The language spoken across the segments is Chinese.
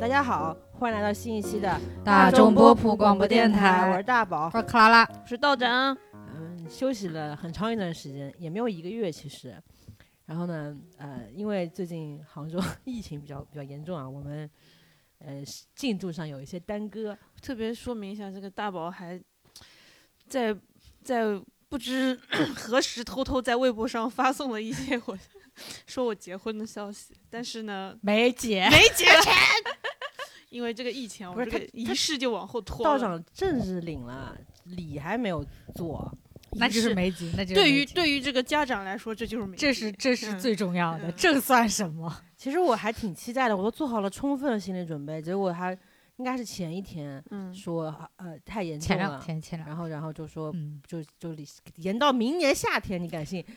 大家好，欢迎来到新一期的大众波普广播电我是台，大宝。我是克拉拉，我是道长，嗯，休息了很长一段时间，也没有一个月其实。然后呢，呃，因为最近杭州 疫情比较比较严重啊，我们呃进度上有一些耽搁。特别说明一下，这个大宝还在在不知 何时偷偷在微博上发送了一些我 说我结婚的消息，但 是呢，梅姐，没结成， 因为这个疫情啊，我不是们这他个仪式就往后拖道了。长证是领了，礼还没有做，那仪就是式梅姐，那就是对于梅姐对于这个家长来说，这就是没这结是这是嗯最重要的，嗯这算什么？其实我还挺期待的，我都做好了充分的心理准备，结果还应该是前一天嗯，说呃太严重前两了，天前两，然后然后就说嗯，就就离延到明年夏天，你敢信？嗯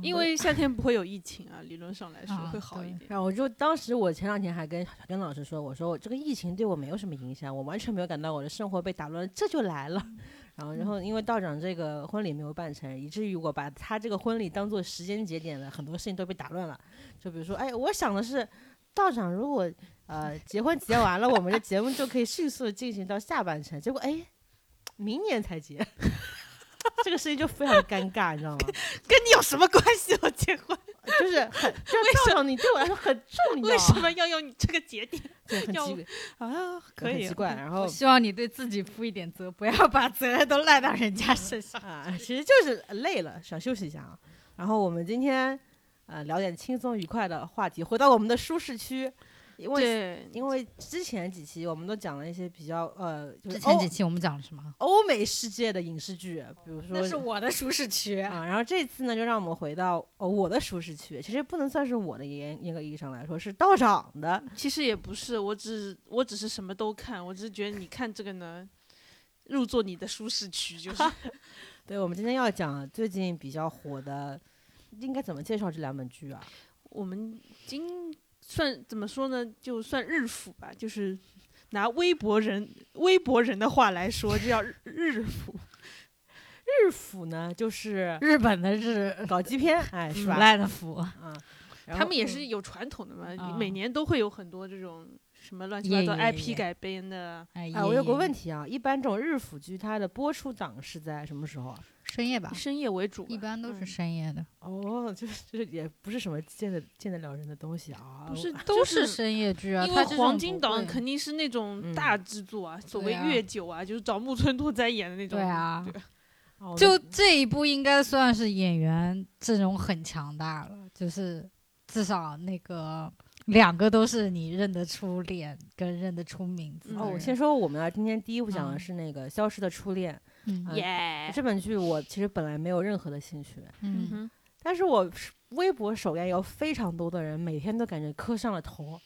因为夏天不会有疫情啊，理论上来说啊会好一对点。然后我就当时我前两天还跟跟老师说，我说我这个疫情对我没有什么影响，我完全没有感到我的生活被打乱，这就来了。 然后然后因为道长这个婚礼没有办成，以至于我把他这个婚礼当做时间节点了，很多事情都被打乱了。就比如说，哎，我想的是，道长如果呃结婚结完了，我们的节目就可以迅速地进行到下半程。结果哎，明年才结。 这个事情就非常尴尬，你知道吗？跟你有什么关系？我结婚就是很，就是什道长你对我来说很重要，为什么要用你这个节点对，很要奇怪，啊？可很以奇，怪。然后我希望你对自己负一点责，不要把责任都赖到人家身上。啊，其实就是累了，想休息一下啊。然后我们今天呃聊点轻松愉快的话题，回到我们的舒适区，因为对，因为之前几期我们都讲了一些比较呃，就是之前欧几期我们讲了什么？欧美世界的影视剧，比如说哦那是我的舒适区，啊，然后这次呢就让我们回到呃我的舒适区，其实不能算是我的严严格意义上来说是道长的，其实也不是，我只我只是什么都看，我只是觉得你看这个呢，入座你的舒适区，就是 对我们今天要讲最近比较火的。应该怎么介绍这两本剧啊？我们今算怎么说呢，就算日腐吧，就是拿微博人微博人的话来说，就叫日日腐。日腐呢，就是日本的嗯日，搞基片，哎，是腐吧？烂的腐，啊，然他后们也是有传统的嘛，啊每年都会有很多这种什么乱七八糟耶耶 IP 耶改编的，哎啊，我有个问题，题啊，一般这种日腐剧它的播出档是在什么时候啊？深夜吧以，深夜为主吧，一般都是嗯深夜的，哦，就是就是也不是什么见得见得了人的东西啊，不是都是是深夜剧啊，因它为这种黄不金档会肯定是那种嗯大制作啊，所对谓啊月九啊，就是找木村拓哉演的那种。对啊，哦我就的这一部应该算是演员阵容很强大了，就是至少那个两个都是你认得出脸跟认得出名字的人。哦，我先说我们啊，今天第一部讲的嗯是那个《消失的初恋嗯啊耶》这本剧，我其实本来没有任何的兴趣，嗯嗯，哼，但是我是微博首页有非常多的人每天都感觉磕上了头。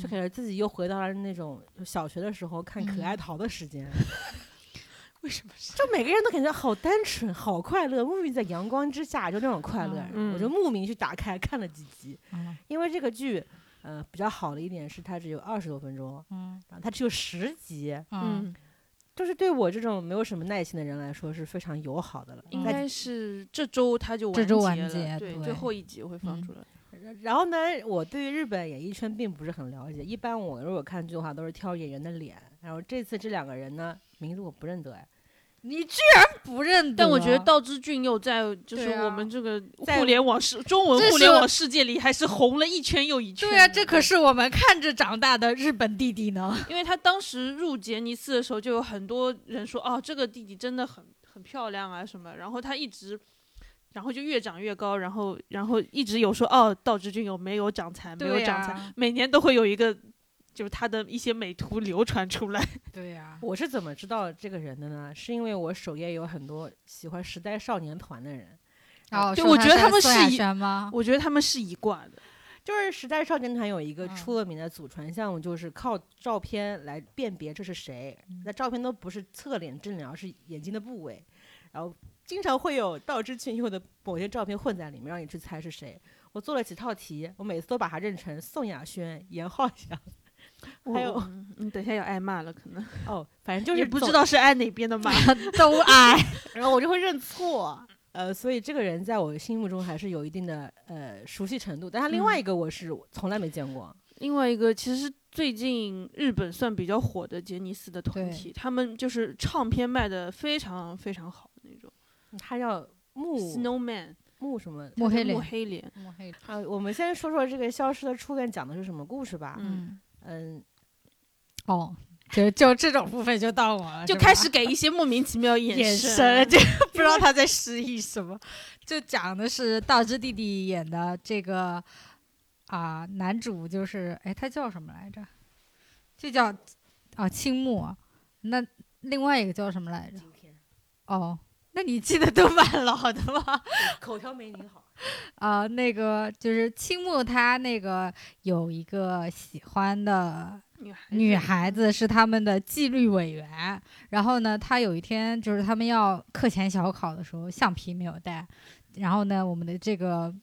就感嗯觉自己又回到了那种小学的时候看可爱嗯淘的时间， 为什么是？就每个人都感觉好单纯，好快乐，沐浴在阳光之下，就那种快乐。嗯我就慕名去打开看了几集，嗯因为这个剧，呃，比较好的一点是它只有二十多分钟，嗯然后它只有十集，嗯，就是对我这种没有什么耐心的人来说是非常友好的了。应那该是这周它就这周结完结了，对，对最后一集会放嗯出来。然后呢，我对于日本演艺圈并不是很了解，一般我如果看剧的话都是挑演员的脸，然后这次这两个人呢，名字我不认得哎，你居然不认得？但我觉得道之俊佑在就是对啊我们这个在互联网 世中文这互是联我网世界里还是红了一圈又一圈的。对啊，这可是我们看着长大的日本弟弟呢。因为他当时入杰尼斯的时候，就有很多人说，哦，这个弟弟真的很很漂亮啊什么。然后他一直，然后就越长越高，然后然后一直有说，哦，道之俊有没有长残，没有对长残，呀，每年都会有一个。就是他的一些美图流传出来，对呀，我是怎么知道这个人的呢？是因为我首页有很多喜欢时代少年团的人，哦，对说我他觉得是他们宋是亚一轩吗？我觉得他们是一挂的。就是时代少年团有一个嗯出了名的祖传项目，就是靠照片来辨别这是谁。嗯那照片都不是侧脸正脸，而是眼睛的部位，然后经常会有道之俊佑的某些照片混在里面，让你去猜是谁。我做了几套题，我每次都把它认成宋亚轩、严浩翔。还有我，你等一下要挨骂了，可能哦，反正就是也不总知。道是挨哪边的骂。都 爱， 然后我就会认错。呃，所以这个人在我心目中还嗯是有一定的呃熟悉程度，但他另外一个我是从来没见过。另外一个，其实最近日本算比较火的杰尼斯的团体，他们就是唱片卖的非常非常好那种。他叫木 Snowman 木什么？抹黑抹脸，黑脸，抹黑脸，啊，我们先说说这个《消失的初恋》讲的是什么故事吧。嗯，嗯，哦，就就这种部分就到我了，就是吧开始给一些莫名其妙啊的眼神神，， 这个不知道他在 失忆什么。就讲的是道之弟弟演的这个啊、男主就是哎，他叫什么来着？就叫啊青木啊。那另外一个叫什么来着？今天哦，那你记得都蛮老的吗？ 口条没你 好。啊、那个就是青木，他那个有一个喜欢的女孩女孩子是他们的纪律委员。然后呢，他有一天就是他们要课前小考的时候，橡皮没有带，然后呢，我们的这个。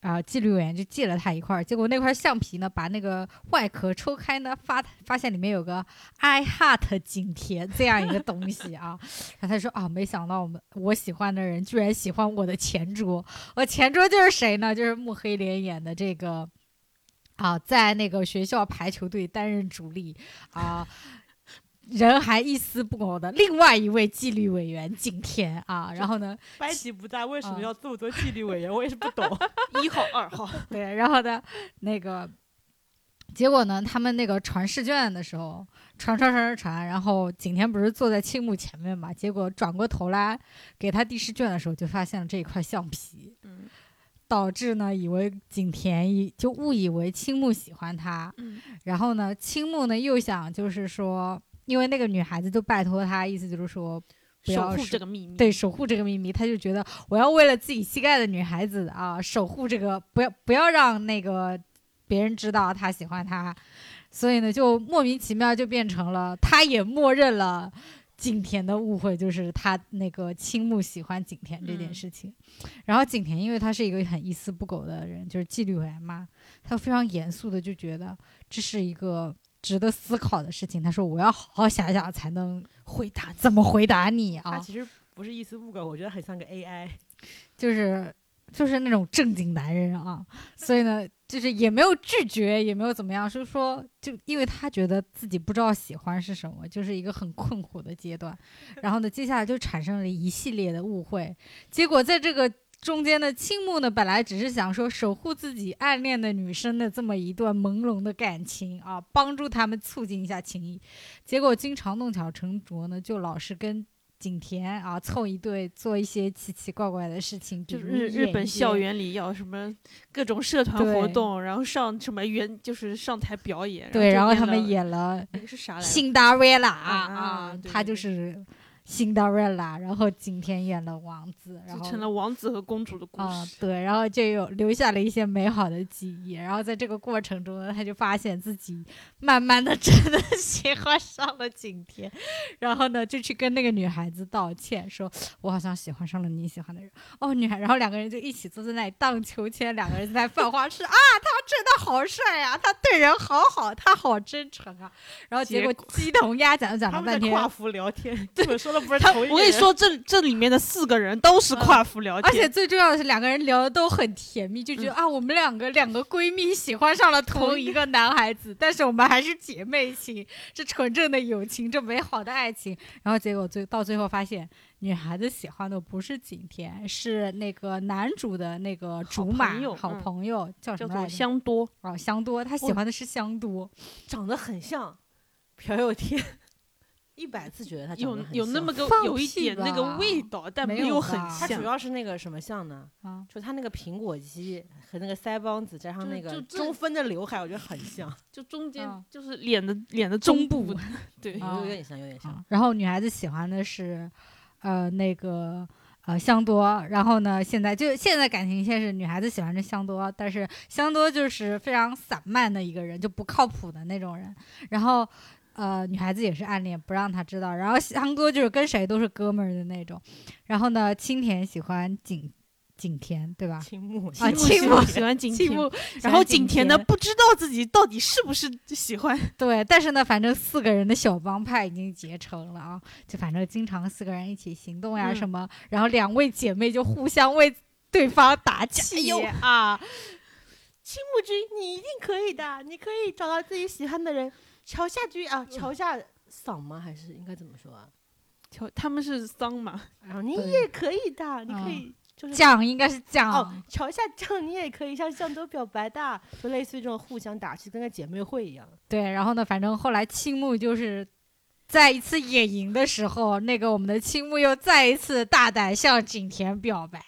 啊、纪律委员就借了他一块儿，结果那块橡皮呢，把那个外壳抽开呢，发发现里面有个 I heart 紧贴这样一个东西啊，然后他说啊，没想到我们我喜欢的人居然喜欢我的前桌，我前桌就是谁呢？就是慕黑莲演的这个啊，在那个学校排球队担任主力啊。人还一丝不苟的另外一位纪律委员景甜啊，然后呢，班级不大，为什么要这么多纪律委员？我也是不 懂。一号、二号，对，然后呢，那个结果呢，他们那个传试卷的时候，传传传传传，然后景甜不是坐在青木前面嘛，结果转过头来给他递试卷的时候，就发现了这一块橡皮，嗯导致呢以为景甜以就误以为青木喜欢他，嗯然后呢，青木呢又想就是说，因为那个女孩子都拜托他，意思就是说不守要护是这个秘密，对守护这个秘密，他就觉得我要为了自己膝盖的女孩子啊，守护这个，不要不要让那个别人知道他喜欢她，所以呢，就莫名其妙就变成了，他也默认了景甜的误会，就是他那个青木喜欢景甜这件嗯事情。然后景甜因为他是一个很一丝不苟的人，就是纪律委员嘛，他非常严肃的就觉得这是一个。值得思考的事情，他说：“我要好好想想，才能回答怎么回答你啊。”他其实不是一丝不苟，我觉得很像个 AI。就是就是那种正经男人啊，所以呢，就是也没有拒绝，也没有怎么样，是说就因为他觉得自己不知道喜欢是什么，就是一个很困惑的阶段。然后呢，接下来就产生了一系列的误会，结果在这个。中间的青木呢，本来只是想说守护自己暗恋的女生的这么一段朦胧的感情啊，帮助他们促进一下情谊，结果经常弄巧成拙呢，就老是跟景甜啊凑一对，做一些奇奇怪怪的事情，比就是如日日演一本些校园里要什么各种社团对活动，然后上什么原就是上台表演，对，然后就他们演演了了那个是啥来着？ Cinderella 啊啊，对他就对对是 Cinderella，然后景甜演了王子，然就后成了王子和公主的故啊、事。对，然后就有留下了一些美好的记忆。然后在这个过程中呢，他就发现自己慢慢的 真的喜欢上了景甜，然后呢就去跟那个女孩子道歉，说我好像喜欢上了你喜欢的人。哦，女孩，然后两个人就一起坐在那里荡秋千，两个人在犯花痴啊，他真的好帅啊，他对人好好，他好真诚啊。然后结结果鸡同鸭讲，讲他了们半在天，跨服聊 天，根本说的不是他同一个我跟你人，说，这这里面的四个人都是跨服聊嗯而天，且最重要的是，两个人聊的都很甜蜜，就觉得、啊，嗯我们两个两个闺蜜喜欢上了同一个男孩子，但是我们还是姐妹情，这纯正的友情，这美好的爱情。然后结果最到最后发现，女孩子喜欢的不是景甜，是那个男主的那个竹马好朋友嗯朋友叫什叫么来做着？香 嗯多，哦，香多，他喜欢的是香多。长得很像朴有天，一百次觉得他长有得很有那像么个放有一屁点那吧个味道，但没没有很吧他像主。要是那个什么像呢？啊，就他那个苹果肌和那个腮帮子，加上就那个就这中分的刘海，我觉得很像，就中间嗯就是脸的脸的中部部， 对啊有点像，有点哦像。啊，然后女孩子喜欢的是，呃，那个呃香多。然后呢，现在就现在感情线是女孩子喜欢着香多，但是香多就是非常散漫的一个人，就不靠谱的那种人。然后。呃，女孩子也是暗恋，不让他知道。然后香多就是跟谁都是哥们儿的那种。然后呢，青田喜欢景景田，对吧？青木哦啊木青喜木欢喜欢景青甜，木，然后景景甜呢不知道自己到底是不是 喜欢，对，但是呢，反正四个人的小帮派已经结成了啊，就反正经常四个人一起行动呀嗯什么，然后两位姐妹就互相为对方打气油啊。青木君，你一定可以的，你可以找到自己喜欢的人。桥下君啊，桥下嗓吗？还是应该怎么说啊？就他们是桑 嘛，然后你对也可以的，你可嗯以就是酱应该是酱，哦，桥下酱你也可以向向州表白的，就类似于这种互相打气，跟个姐妹会一样。对，然后呢，反正后来青木就是在一次野营的时候，那个我们的青木又再一次大胆向景田表白。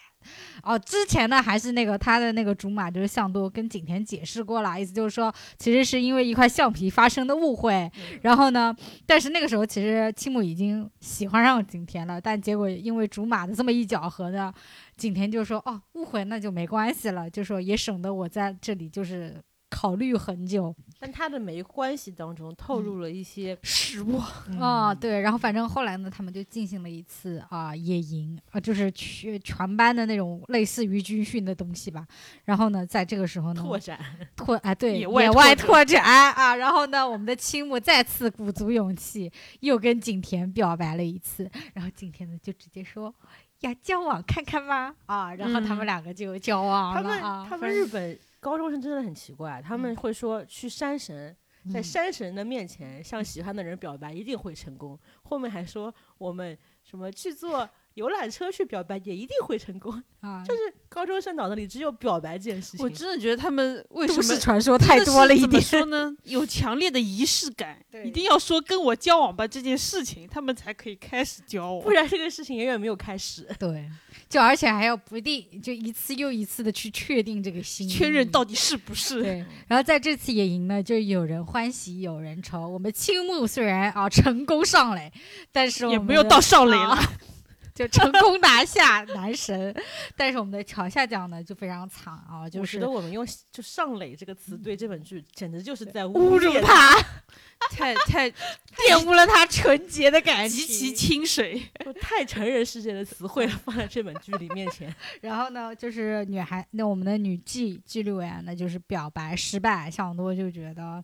哦，之前呢还是那个他的那个竹马就是向多跟景田解释过了，意思就是说其实是因为一块橡皮发生的误会。然后呢，但是那个时候其实青木已经喜欢上景田了，但结果因为竹马的这么一搅和呢，景田就说哦误会那就没关系了，就说也省得我在这里就是考虑很久。但他的每一个关系当中透露了一些失望。嗯啊、对，然后反正后来呢，他们就进行了一次啊、野营啊、就是去全班的那种类似于军训的东西吧。然后呢，在这个时候呢，拓展，拓啊，对，野野外拓外展拓展啊。然后呢，我们的青木再次鼓足勇气，又跟景田表白了一次。然后景田呢，就直接说。要交往看看吗？啊，然后他嗯们两个就交往他了们啊。他反们日本高中生真的很奇怪，他们会说去山神，正在嗯山神的面前向喜欢的人表白一定会成功，后面还说我们什么去坐游览车去表白也一定会成功，啊，就是高中生脑子里只有表白这件事情。我真的觉得他们为什都市么传说太多了一真的点。是怎么说呢？有强烈的仪式 感，对一定要说跟我交往吧这件事情，他们才可以开始交不往。然这个事情远远没有开始。对，就而且还要不定，就一次又一次的去确定这个心意，确认到底是不是？对。然后在这次野营呢，就有人欢喜有人愁。我们青木虽然啊成功上垒，但是我也们没有的到上垒了啊，就成功拿下男神，但是我们的桥下奖呢就非常惨啊，就我觉是嗯得我们用“就上垒”这个词对这本剧简直就是在侮辱蔑他， 太 太玷污了他纯洁的感情，极其清水，就太成人世界的词汇了，放在这本剧里面前， 然后呢，就是女孩，那我们的女纪纪律委员呢，就是表白失败，向多就觉得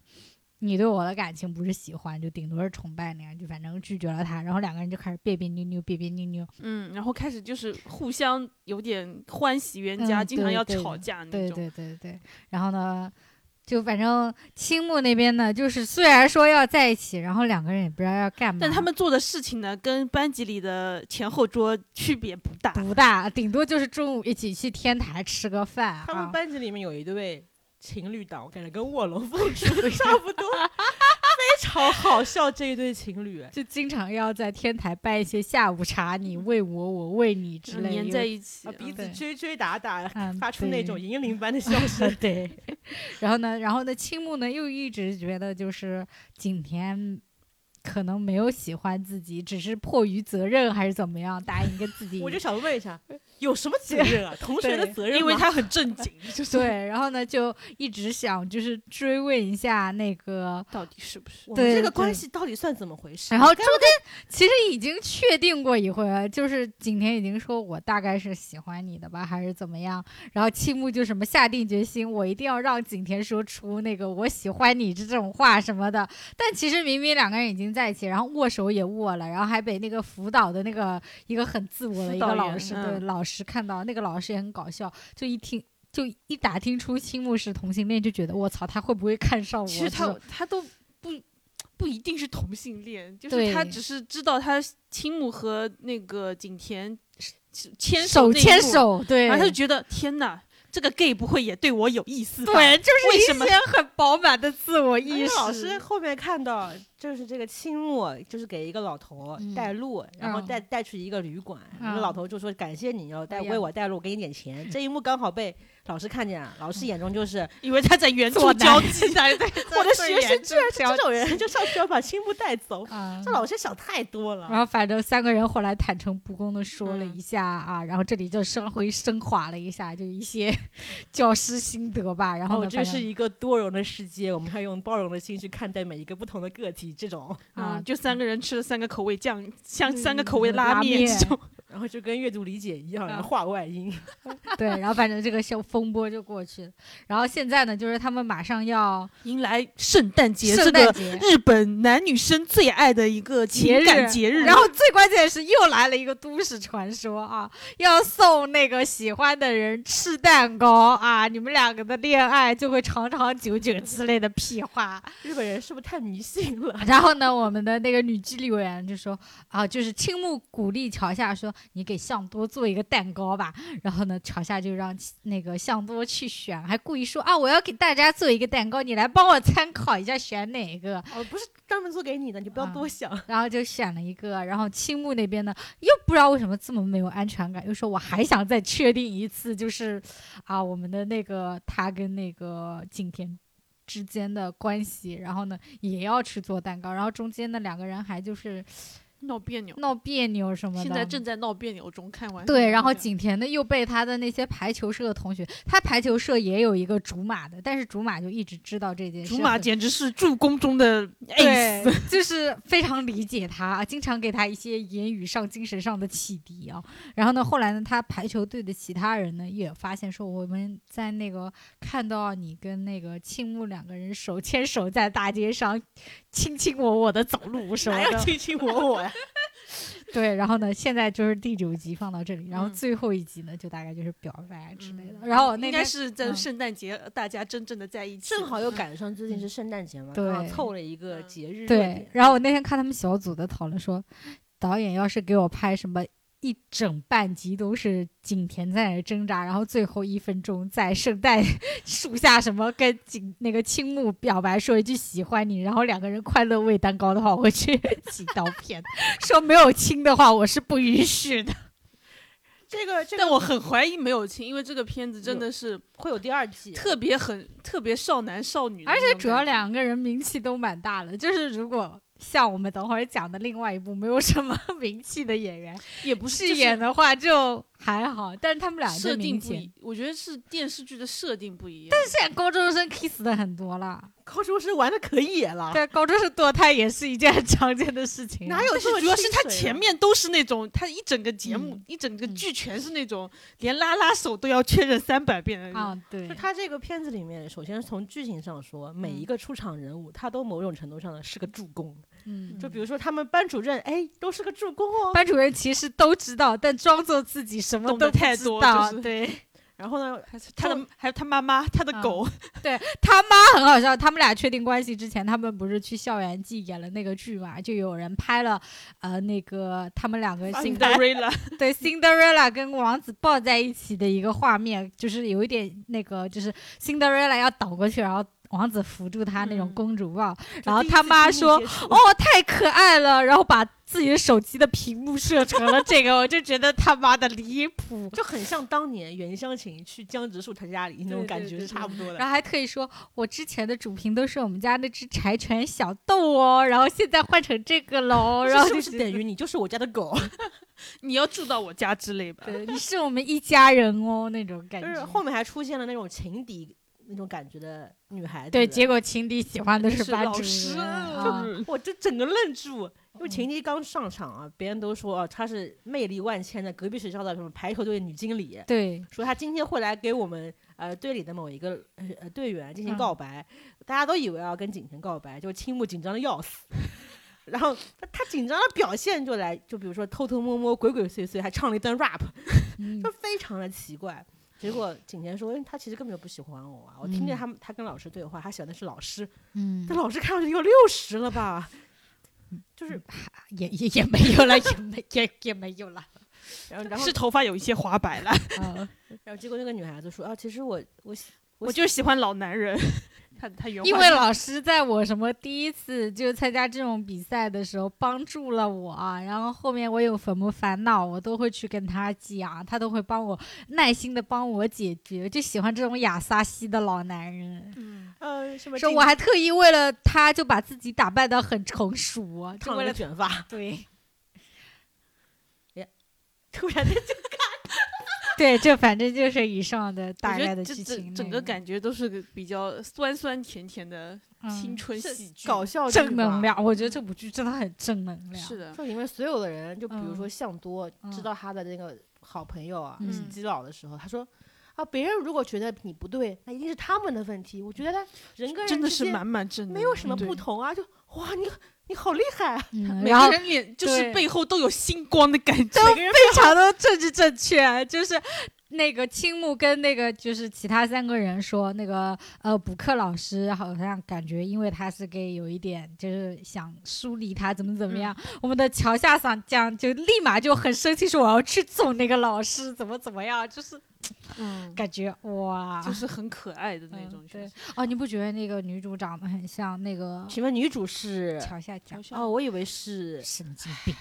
你对我的感情不是喜欢，就顶多是崇拜那样，就反正拒绝了他。然后两个人就开始别别扭扭，别别扭扭。 嗯，然后开始就是互相有点欢喜冤家，嗯经常对要对吵架那对种。对对对。然后呢，就反正青木那边呢，就是虽然说要在一起，然后两个人也不知道要干嘛，但他们做的事情呢，跟班级里的前后桌区别不大。不大，顶多就是中午一起去天台吃个饭啊。他们班级里面有一对情侣档，我感觉跟卧龙 凤雏 差不多，非常好笑这一对情 侣。啊就经常要在天台办一些下午茶，你嗯喂我，我喂你之类的，呃粘有在一起啊，，彼此嗯对追追打打，嗯发出那种对。银铃般的笑声 对，然后呢，然后呢，青木呢又一直觉得就是景田可能没有喜欢自己，只是迫于责任还是怎么样，答应跟自己。我就想问一 下，有什么责任啊？同学的对责任吗？因为他很正 经，就是对，然后呢，就一直想就是追问一下那个，到底是不是？我们对这个关对系到底算怎么回事？然后中间其实已经确定过一回了，就是景田已经说我大概是喜欢你的吧，还是怎么样？然后青木就什么下定决心，我一定要让景田说出那个我喜欢你这种话什么的。但其实明明两个人已经在一起，然后握手也握了，然后还被那个辅导的那个一个很自我的一辅个导老员师，对嗯老师看到那个老师也很搞笑，就一听。就一打听出青木是同性恋，就觉得我操，他会不会看上我这其种？实他他都不不一定是同性恋，就是对他只是知道他青木和那个景田牵手那一幕牵，手，对，然后他就觉得天哪，这个 gay 不会也对我有意思吧？对，就为是什一么些很饱满的自我因意为 识。哎老师后面看到，就是这个青木，就是给一个老头嗯带路，然后嗯带带去一个旅馆，那、嗯老头就说感谢你哦要带、哎呀为我带路，给你点 钱。这一幕刚好被老师看见了，啊老师眼中就是、嗯以为他在原处做交男际，他在 我的学生居然是交这种 人，就上去要把青木带走。啊这。老师想太多了。然后反正三个人后来坦诚不公的说了一下啊，然后这里就稍微升华了一下，就一些 教师心得吧。然后哦，呢，这反正是一个多容的世界，我们要用包容的心去看待每一个不同的个体。这种啊嗯，就三个人吃了三个口味酱，像三个口嗯味拉面面 这种，然后就跟阅读理解一样，然啊后话外音。对，然后反正这个小风波就过去了。然后现在呢，就是他们马上要迎来圣诞节圣这诞个节，日本男女生最爱的一个情感节日，然后最关键是又来了一个都市传说啊，要送那个喜欢的人吃蛋糕啊，你们两个的恋爱就会长长久久之类的屁话。日本人是不是太迷信了？然后呢，我们的那个女纪律委员就说啊，就是青木鼓励桥下说，你给向多做一个蛋糕吧。然后呢，桥下就让那个向多去选，还故意说啊，我要给大家做一个蛋糕，你来帮我参考一下选哪个。 哦，不是专门做给你的，你不要啊多想。然后就选了一个，然后青木那边呢，又不知道为什么这么没有安全感，又说我还想再确定一次，就是啊，我们的那个他跟那个景田之间的关系，然后呢也要去做蛋糕，然后中间呢两个人还就是闹别扭，闹别扭什么的。现在正在闹别扭中看完。对，然后景田呢又被他的那些排球社的同学，他排球社也有一个竹马的，但是竹马就一直知道这件事竹很，马简直是助攻中的 ace， 对，哎就是非常理解他，啊经常给他一些言语上、精神上的启迪啊。然后呢，后来呢，他排球队的其他人呢也发现说，我们在那个看到你跟那个青木两个人手牵手在大街上卿卿我 我的走 路什么哪有的。卿卿我我 呀？对，然后呢，现在就是第九集放到这里，然后嗯最后一集呢就大概就是表白之类的。嗯然后那应该天是在嗯圣诞节大家真正的在一起了，正好又赶上最近是圣诞节嘛，对刚好凑了一个嗯节日热对点。，然后我那天看他们小组的讨论说，导演要是给我拍什么一整半集都是景甜在那儿挣扎，然后最后一分钟在圣诞 树下什么跟景那个青木表白说一句喜欢你，然后两个人快乐喂蛋糕的话，我会 去起刀片；说没有亲的话，我是不允许的。这个这但个我很怀疑没有亲，因为这个片子真的是会有第二季，特别很特别少男少女的而那种感觉，且主要两个人名气都蛮大的，就是如果。像我们等会儿讲的另外一部没有什么 名气的演员，也不是饰演的话就还好，但是他们俩就是设就定明不显一，，我觉得是电视剧的设定不一样。但是现在高中生 kiss 的很多了，啊高中生玩的可野了，对，高中生堕胎也是一件很常见的事情啊。哪有这么主要是他清水啊前面都是那种，他一整个节嗯目、一整个剧全是那种，连拉拉手都要确认三百遍的那种。啊？对就，他这个片子里面，首先是从剧情上说，每一个出场人物，他都某种程度上呢是个助攻。嗯，就比如如说他们班主任，哎，都是个助攻哦。班主任其实都知道，但装作自己什么懂都得不太知多道就是对然后呢，还是他的，还有他妈妈，他的啊狗，对，他妈很好笑。他们俩确定关系之前，他们不是去校园季演了那个剧嘛？就有人拍了，呃，那个他们两个新辛的德瑞拉， 对 Cinderella 跟王子抱在一起的一个画面，就是有一点那个，就是 Cinderella 要倒过去，然后王子扶住她那种嗯公主抱，就然后第一他次妈亲密说接触哦，太可爱了，然后把自己的手机的屏幕设成了这个，我就觉得他妈的离谱。就很像当年袁湘琴去江直树他家里那种对感对觉对是差不多的然。后还特意说，我之前的主屏都是我们家那只柴犬小豆哦，然后现在换成这个 喽，然后这就是不是等于你就是我家的狗？你要住到我家之类吧。对，你是我们一家人哦那种感就觉。是后面还出现了那种情敌那种感觉的女孩子。对，结果情敌喜欢的是班老主师任啊，就我这整个愣住，因为情敌刚上场啊，别人都说啊她是魅力万千的隔壁学校的什么排球队女经理。对，说他今天会来给我们呃队里的某一个呃呃队员进行嗯告白，大家都以为要跟景甜告白，就青木紧张的要死。然后他他紧张的表现就来，就比如说偷偷摸摸、鬼鬼祟祟，还唱了一段 rap，嗯 就非常的奇怪。结果景甜说：“哎他其实根本就不喜欢我啊！我听见他们他跟老师对话，他喜欢的是老师，嗯但，老师看上去有六十了吧？就是，也也也没有了，也没也也没有了，然后然后是头发有一些滑白了， 啊，然后结果那个女孩子说啊，其实我我喜我我就喜欢老男人。 他他原话因为老师在我什么第一次就参加这种比赛的时候帮助了我啊，然后后面我有什么烦恼，我都会去跟他讲，他都会帮我耐心的帮我解决，就喜欢这种亚萨西的老男人。嗯呃什么说进我还特意为了他就把自己打扮的很成熟啊，就烫为了了 个卷 发，对。突然间就对，这反正就是以上的我大觉概得的这剧整情整内个容感觉都是个比较酸酸甜甜的青嗯春是喜剧，搞笑剧正能吧。量，我觉得这部剧真的很正能量。是的，这里面所有的人，就比如说嗯向多、嗯知道他的那个好朋友啊，嗯是基佬的时候，他说啊，别人如果觉得你不对，那一定是他们的问题。我觉得他人跟人真的之是间满满正能量，没有什么对不。同啊，就哇，你你好厉害、啊，嗯，每然后个人脸就是对背后都有星光的感觉， 非常的政治正确，就是。那个青木跟那个就是其他三个人说，那个呃补课老师好像感觉，因为他是给有一点就是想疏离他怎么怎么样，嗯我们的桥下上将就立马就很生气，说我要去揍那个老师，怎么怎么样，就是嗯，感觉哇、就是很可爱的那嗯种角对色。哦，你不觉得那个女主长得很像那个请问女主是？桥下将？哦，我以为是神经病，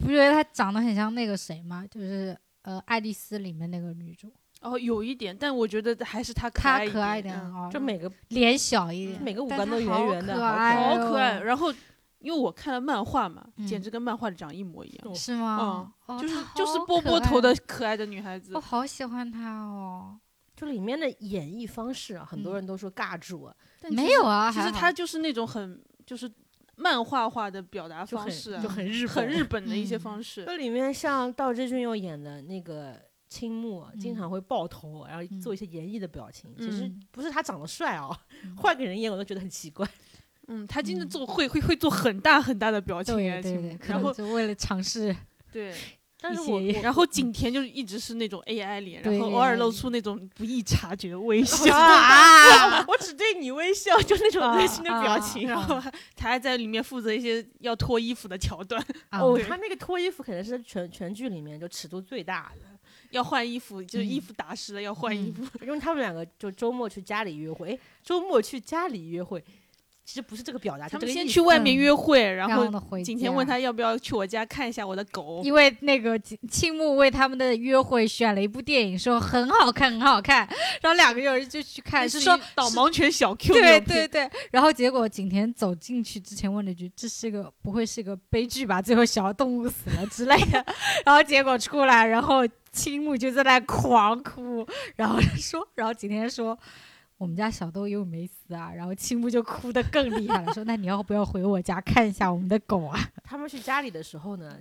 不觉得她长得很像那个谁吗？就是呃《爱丽丝》里面那个女主。哦，有一点，但我觉得还是他可她爱可爱一点，嗯啊，就每个脸小一点，每个五但官她都好圆圆的，可好爱好哦可爱。然后，因为我看了漫画嘛，嗯简直跟漫画里长一模一样，是吗？哦嗯就是她就是好波可波头爱的哦，可爱的女孩子我。好喜欢她哦。就里面的演绎方式啊，很多嗯人都说尬住啊，但没其实有啊，其还实好她就是那种很就是漫画化的表达就方很式、啊，就嗯很日很本日本的一些嗯方式。就里面像道枝骏佑演的那个青木，经嗯常会爆头，然后嗯做一些演绎的表情。其实嗯不是他长得帅哦嗯，换个人演我都觉得很奇怪。嗯，他真的嗯做会会会做很大很大的表情啊，对亲对们对，可然能后就为了尝试对，但一是我些嗯然后景甜就一直是那种 AI 脸，然对后偶尔 AI 露出那种不易察觉的 微笑，啊，我只对你微笑，就那种内心的表情。然后 他还在里面负责一些要脱衣服的桥段， 啊哦，对他那个脱衣服可能是全全剧里面就尺度最大的，要换衣服，就是衣嗯服打湿了要换衣嗯服。因为他们两个就周末去家里约会，诶周末去家里约会，其实不是这个表达，就他们这个先意去思外面嗯约会，然然后后呢回景甜家问他要不要去我家看一下我的狗。因为那个青青木为他们的约会选了一部电影，说很好看，很好看，然后两个人就去看，是是说导盲犬小 Q 那对种对片，对，然后结果景甜走进去之前问了一句：“这是个不会是个悲剧吧？最后小动物死了之类的。” 然后结果出来，然后青木就在那狂哭，然后说，然后景甜说。我们家小豆又没死啊，然后青木就哭得更厉害了，说：“那你要不要回我家看一下我们的狗啊他们去家里的时候呢，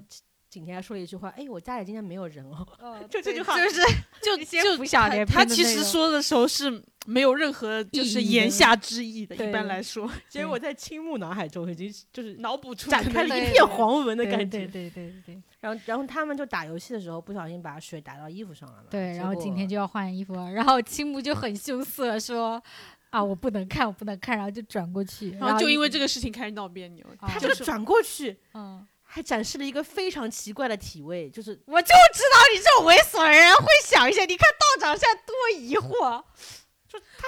景甜还说了一句话：“哎，我家里今天没有人哦。？”就这句话就是就一些就浮想他联他翩的其内实容说的时候是没有任何就意是义言的下之意的，一对般来说”结果在青木脑海中已经就是脑补 出展可开了能对一对片黄文的感觉。对对对对对然后，然后他们就打游戏的时候不小心把水打到衣服上了嘛。对，结然后果景甜就要换衣服了，然后青木就很羞涩说：“啊，我不能看，我不能看。”然后就转过去，然后就因为这个，个事情开始闹别扭，啊他就哦就是转过去，嗯，还展示了一个非常奇怪的体位，就是我就知道你这种猥琐的人会想一些，你看道长现在多疑惑。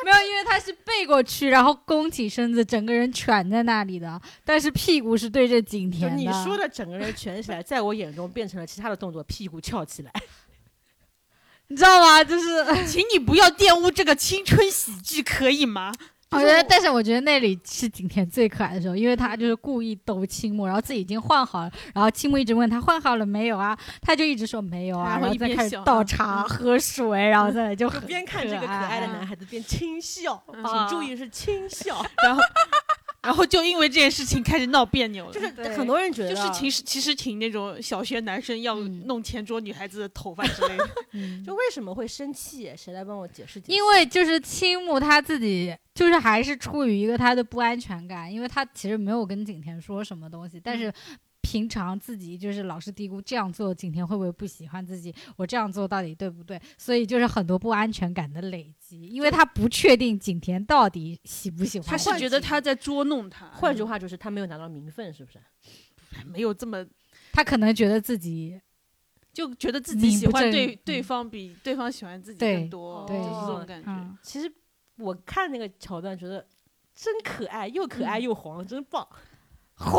没有，因为他是背过去，然后弓起身子，整个人蜷在那里的，但是屁股是对着景就甜的。你说的整个人蜷起来，在我眼中变成了其他的动作，屁股翘起来。你知道吗？就是， 请你不要玷污这个青春喜剧，可以吗？ 我哎觉得，但是我觉得那里是景甜最可爱的时候，因为她就是故意逗青木，然后自己已经换好了，然后青木一直问她换好了没有啊，她就一直说没有啊，然后然后一再边开始笑倒嗯茶、喝水，然后再 来就就很边看这个可爱的男孩子边轻笑，嗯请注意是轻笑，然后，然后就因为这件事情开始闹别扭 了。就是对很多人觉得就是挺其实挺那种小学男生要嗯弄前桌女孩子的头发之类的，嗯就为什么会生气？谁来帮我解释解释？因为就是青木他自己就是还是处于一个他的不安全感，因为他其实没有跟景甜说什么东西，嗯但是平常自己就是老是嘀咕这样做景甜会不会不喜欢自己，我这样做到底对不对，所以就是很多不安全感的累积，因为他不确定景甜到底喜不喜欢 他自己，是觉得他在捉弄他，换句话就是他没有拿到名分，是不是？没有这么他可能觉得自己就觉得自己名喜不欢正对对嗯方比对方喜欢自己对更多，对就是这种感觉。嗯。其实我看那个桥段，觉得真可爱，又可爱嗯又黄，真 棒。黄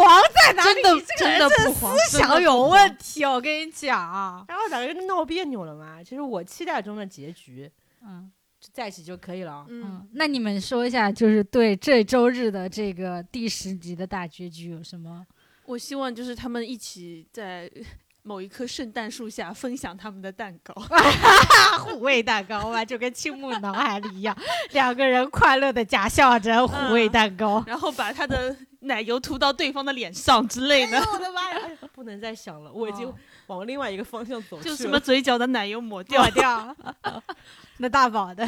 在哪里？真的真的不黄，思想有问题，哦我跟你讲。啊然后两个人闹别扭了嘛。其实我期待中的结局嗯就在一起就可以了。嗯，嗯，那你们说一下，就是对这周日的这个第十集的大结局有什么？我希望就是他们一起在某一棵圣诞树下分享他们的蛋 糕。虎味蛋糕哇，就跟青木脑海里一样，两个人快乐的假笑着虎味蛋糕。然后把他的奶油涂到对方的脸上之类的，我的妈呀！哎不能再想了，我已经哦往另外一个方向走去就了。什么嘴角的奶油抹掉抹。 掉， 那大宝的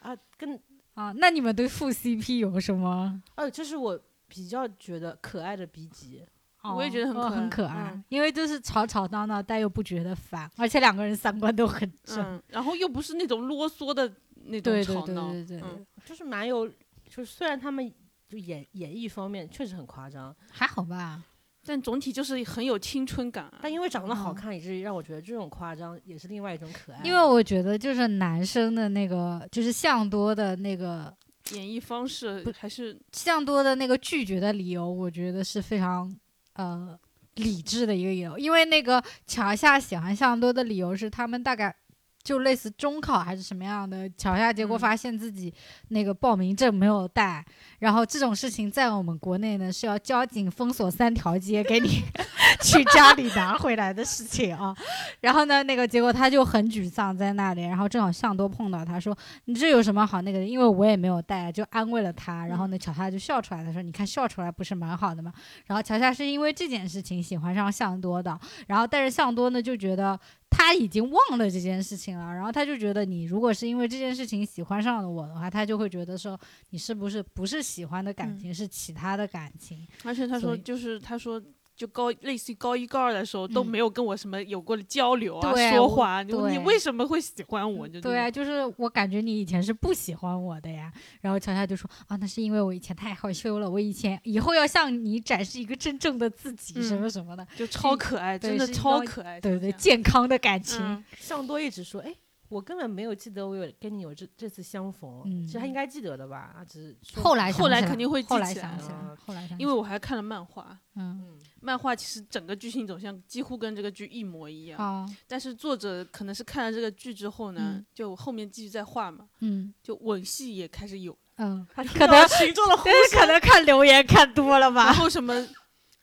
啊？跟啊，那你们对副 CP 有什么？呃，这是我比较觉得可爱的笔记。我也觉得很哦可爱很可爱嗯，因为就是吵吵闹闹，但又不觉得烦，而且两个人三观都很正。嗯，然后又不是那种啰嗦的那种对对吵对闹，对对，嗯就是蛮有，就是虽然他们就演演绎方面确实很夸张，还好吧？但总体就是很有青春感、啊。但因为长得好嗯看，以至于让我觉得这种夸张也是另外一种可爱。因为我觉得就是男生的那个，就是向多的那个演绎方式还是向多的那个拒绝的理由，我觉得是非常呃理智的一个理由，因为那个乔夏喜欢向多的理由是他们大概。就类似中考还是什么样的，乔夏结果嗯发现自己那个报名证没有带，然后这种事情在我们国内呢是要交警封锁三条街给你 去家里拿回来的事情啊。然后呢，那个结果他就很沮丧在那里，然后正好向多碰到他说：“你这有什么好那个的？因为我也没有带，就安慰了他。”然后呢，乔夏就笑出来，他说：“你看笑出来不是蛮好的吗？”然后乔夏是因为这件事情喜欢上向多的，然后但是向多呢就觉得。他已经忘了这件事情了，然后他就觉得你如果是因为这件事情喜欢上了我的话，他就会觉得说你是不是不是喜欢的感情，是其他的感情。而且他所说，以就是他说，就高类似于高一高二的时候、都嗯没有跟我什么有过交流啊、对说我话啊，你对你为什么会喜欢我？就对啊，，就是我感觉你以前是不喜欢我的呀。然后乔乔就说啊，那是因为我以前太害羞了，我以前以后要向你展示一个真正的自己，什嗯么什么的。就超可爱，对真的是一超个可爱，对对，对，健康的感情。嗯，向多一直说，哎。我根本没有记得我有跟你有这这次相逢，嗯其实他应该记得的吧？他只是说后来后来想起肯定会后记来起来想起来了，后来想起来，因为我还看了漫画，嗯嗯，漫画其实整个剧情走向几乎跟这个剧一模一样，啊但是作者可能是看了这个剧之后呢，嗯就后面继续再画嘛，嗯就吻戏也开始有，嗯，他可听能到群众的呼但是可能看留言看多了然吧。后什么，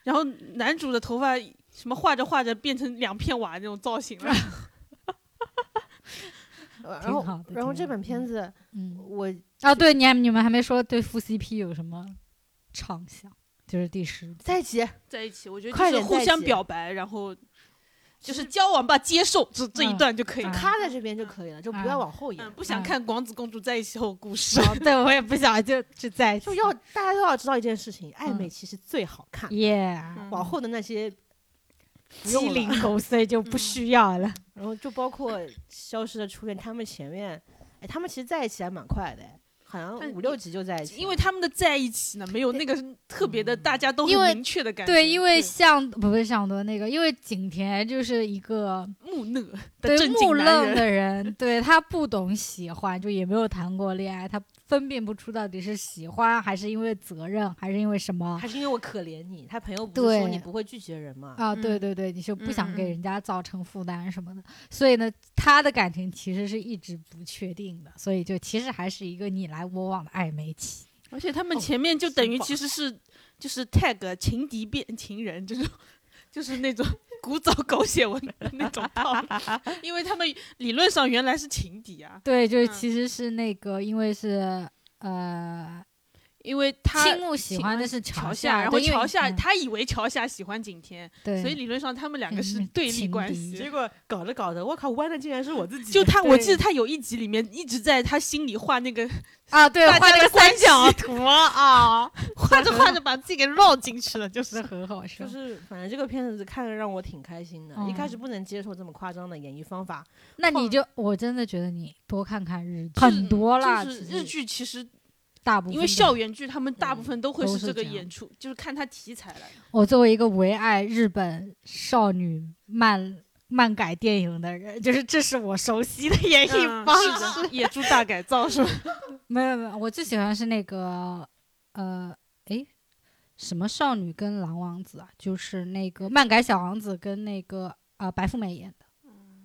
然后男主的头发什么画着画着变成两片瓦那种造型 了，嗯呃挺然好后的然后挺这好的本片嗯子嗯我啊，对，你还你们还没说对副 CP 有什么畅想，就是第十集在一起在一起，我觉得快就是点互在一相起表白，然后就是交往吧，接受这这一嗯段就可以嗯了。咔在这边就可以了，就不要嗯往后嗯，延，不想嗯看广子公主在一起后的故事。 哦 对，我也不想就就在一起就要大家都要知道一件事情，暧昧嗯其实最好看，耶，嗯往后的那些不用鸡了零狗碎就不需要了。然后就包括《消失的初恋》，他们前面，哎，他们其实在一起还蛮快的，哎好像但五六集就在一起了，因为他们的在一起呢，没有那个特别的，大家都因为很明确的感觉。对，因为像不是像多那个，因为景甜就是一个木讷的对正经木男愣人，的人，对他不懂喜欢，就也没有谈过恋爱，他分辨不出到底是喜欢还是因为责任还是因为什么。还是因为我可怜你，他朋友不是说对你不会拒绝人嘛，啊，嗯对对对，你就不想给嗯嗯人家造成负担什么的，所以呢，他的感情其实是一直不确定的，所以就其实还是一个你来我往的暧昧期。而且他们哦前面就等于真棒其实是就是 tag 情敌变情人这种，就是那种 古早狗血文的那种套路，因为他们理论上原来是情敌啊，对，就是嗯其实是那个，因为是呃，因为他青木喜青欢木的是乔夏，然后对因为乔夏嗯他以为乔夏喜欢景甜，对，所以理论上他们两个是嗯对立情关敌结系。果搞着搞着，我靠，弯的竟然是我自己，就他，我记对得他有一集里面一直在他心里画那个，啊，对，大画家那的个关三角系图啊，画着画着把自己给绕进去了，就是是很好笑就。是反正这个片子看着让我挺开心的，一开嗯始不能接受这么夸张的演绎方法，那你后就我真的觉得你多看看日剧，就是很多啦，就是其实日剧其实大部分因都为校园剧，他们大部分都会都是是这个这样演出，就是看他题材来。我作为一个唯爱日本少女漫漫改电影的人， 就是这是我熟悉的 演绎方式。嗯是的，野猪大改造是吧？没有没有，我最喜欢是那个呃，诶，什么少女跟狼王子啊？嗯就是那个漫改小王子跟那个啊、呃白富美演的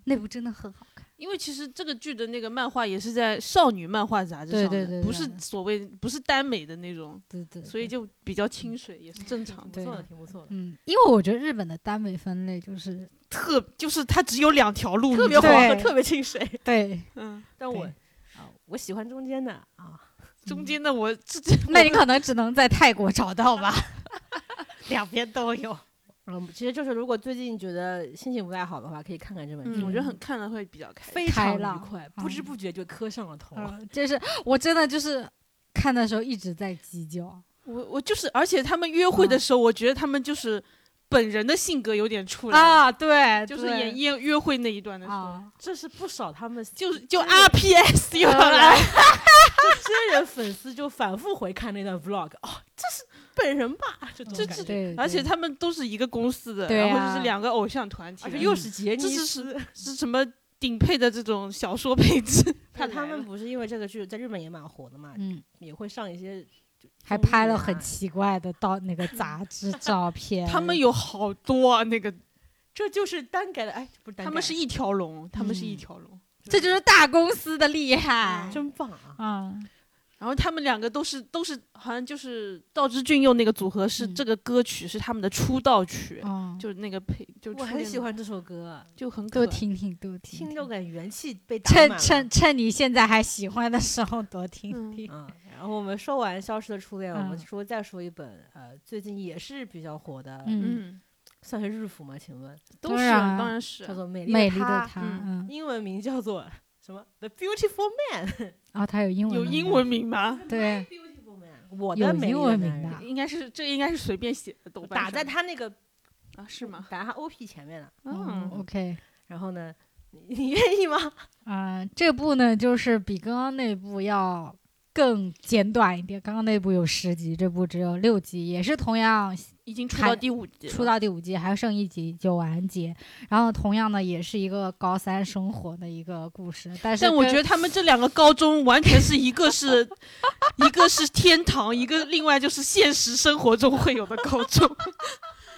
那部真的很好看。因为其实这个剧的那个漫画也是在少女漫画杂志上的，对对对不是对所谓不是耽美的那种，对对，所以就比较清水，也是正常的。对挺不错的，挺 不错的。嗯，因为我觉得日本的耽美分类就是 特就是它只有两条路，特你别知道吗黄河，对特别清 水。 对，嗯，但我对啊，我喜欢中间的啊，中间的我这这那你可能只能在泰国找到 吧。两边都 有。嗯，其实就是如果最近觉得心情不太好的话，可以看看这本剧，我嗯觉得很看了会比较开心。非开常愉朗快，不知不觉就磕上了 头。嗯，就是我真的就是看的时候一直在鸡叫，我我就是，而且他们约会嗯的时候，我觉得他们就是本人的性格有点出来，啊，对，就是对演约约会那一段的时候，啊，这是不少他 们就是就 RPS 又要来，真人粉丝就反复回看那段 vlog，哦，这是本人吧？这种这感这觉，对，而且对他们都是一个公司的，对啊然后就是两个偶像团体，而且又又嗯是杰尼这是斯。是什么顶配的这种小说配置，他来他们了不是因为这个剧在日本也蛮火的嘛，嗯，也会上一些还综艺拍了啊很奇怪的到那个杂 志照片，他们有好多啊，那个这就是单改的，哎，不是单改，他们是一条龙，他们是一嗯条龙，这就是大公司的厉害，真棒啊！嗯，然后他们两个都是都是好像就是道之俊佑那个组合是、嗯这个歌曲是他们的出道曲，嗯，就是那个配就我初很恋喜的，欢这首歌，啊嗯就很可多爱。听听多听听听，着感觉元气被打满了趁趁趁你现在还喜欢的时候多听嗯听，嗯，然后我们说完《消失的初恋》，我们嗯说再说一本呃，最近也是比较火的，嗯，嗯，算是日服吗？请问都当是然啊啊当然是叫啊，做《美丽美的丽的她》，他，嗯嗯，英文名叫做什么？The Beautiful Man，然后哦他有英文，有英，文名吗？对， Beautiful Man，我有的美丽英文的名男的人应该是这应该是随便写的，豆瓣打上在他那个啊是吗？打他 OP 前面了。嗯嗯， ，OK。然后呢，你你愿意吗？啊、这部呢就是比刚刚那部要更简短一点。刚刚那部有十集，这部只有六集，也是同样已经出还到第五集了，出到第五集，还剩一集就完结。然后同样呢，也是一个高三生活的一个故事，但是但我跟觉得他们这两个高中完全是一个 是，一个是天堂，一个另外就是现实生活中会有的高中，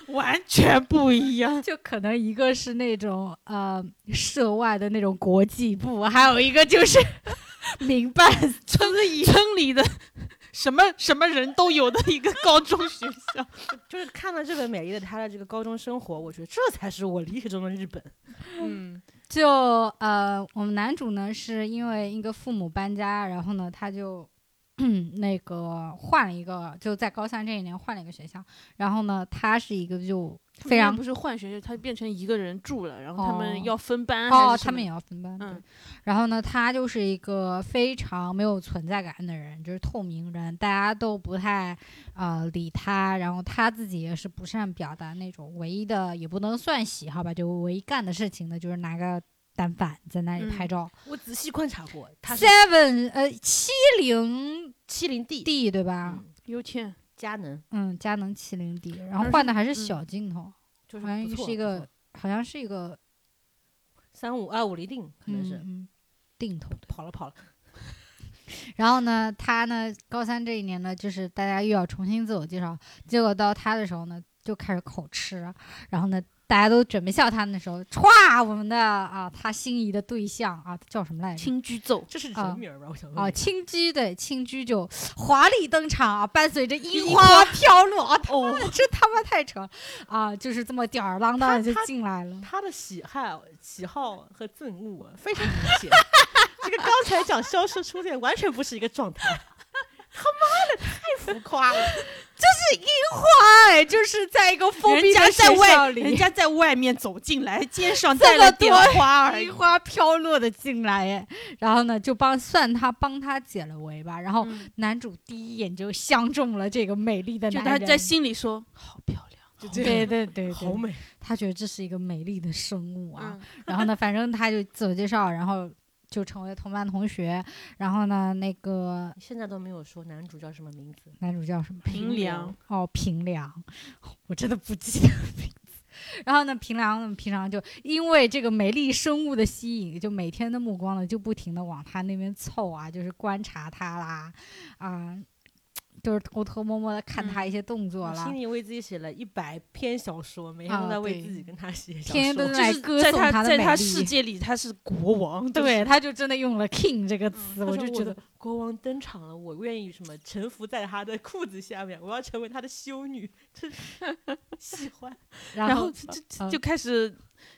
完全不一样。就可能一个是那种呃涉外的那种国际部，还有一个就是 民办村里村里的什么什么人都有的一个高中学校，就是看了这个美丽的她的这个高中生活，我觉得这才是我理解中的日本。嗯，就呃，我们男主呢是因为一个父母搬家，然后呢他就 那个换了一个，就在高三这一年换了一个学校，然后呢他是一个就 非常不是换学校，他变成一个人住了，然后哦他们要分班还哦，是什么他们也要分班，嗯对。然后呢，他就是一个非常没有存在感的人，就是透明人，大家都不太呃理他。然后他自己也是不善表达那种，唯一的也不能算喜好吧，就唯一干的事情呢，就是拿个单反在那里嗯拍照。 我仔细观察过，她是 Seven 呃七零七零 D D 对吧？嗯优倩，佳能，嗯，佳能七零 D，然后换的还是嗯小镜头，就是好像不错是一不个错好像是一个三五啊二五厘定，可能嗯是、嗯定头。跑了跑了。然后呢，他呢，高三这一年呢，就是大家又要重新自我介绍，结果到他的时候呢，就开始口吃，然后呢，大家都准备笑他的时候，歘，我们的啊，他心仪的对象啊，叫什么来着？轻居奏，这是啊人名儿吧？我想问啊，你青居对青居就华丽登场啊，伴随着樱樱花飘落 啊，哦，这他妈太扯了啊！就是这么吊儿郎当的就他他进来了。他的喜好、喜好和憎恶啊非常明 显。这个刚才讲消失初恋完全不是一个状态，他妈的太浮夸了！哎，就是在一个封人闭家的在学校外， 人里，家在外面走进来，肩上这带了么点多花而已樱。花飘落的进来，哎，然后呢，就帮算他帮他解了围吧。然后嗯男主第一眼就相中了这个美丽的就男他人，在心里说好漂亮，就这对样，对对好对，美。他觉得这是一个美丽的生物啊。，嗯然后呢，反正他就自我介绍，然后就成为同班同学。然后呢，那个你现在都没有说男主叫什么名字，男主叫什么？平凉凉，哦，平良， 我真的不记得名字。然后呢，平良嗯平常就因为这个美丽生物的吸引，就每天的目光呢就不停的往他那边凑啊，就是观察他啦，啊、就是偷偷摸摸的看他一些动作我啦心，里为自己写了一百篇小说，每天都啊在为对自己跟他写小天天说都。就来是歌在颂他他的在美他丽世界里他是国王，就是对，他就真的用了 king 这个词，嗯他我说就觉的得国王登场了，我愿意什么臣服在他的裤子下面，我要成为他的修女，这喜欢。然后就嗯就就开始，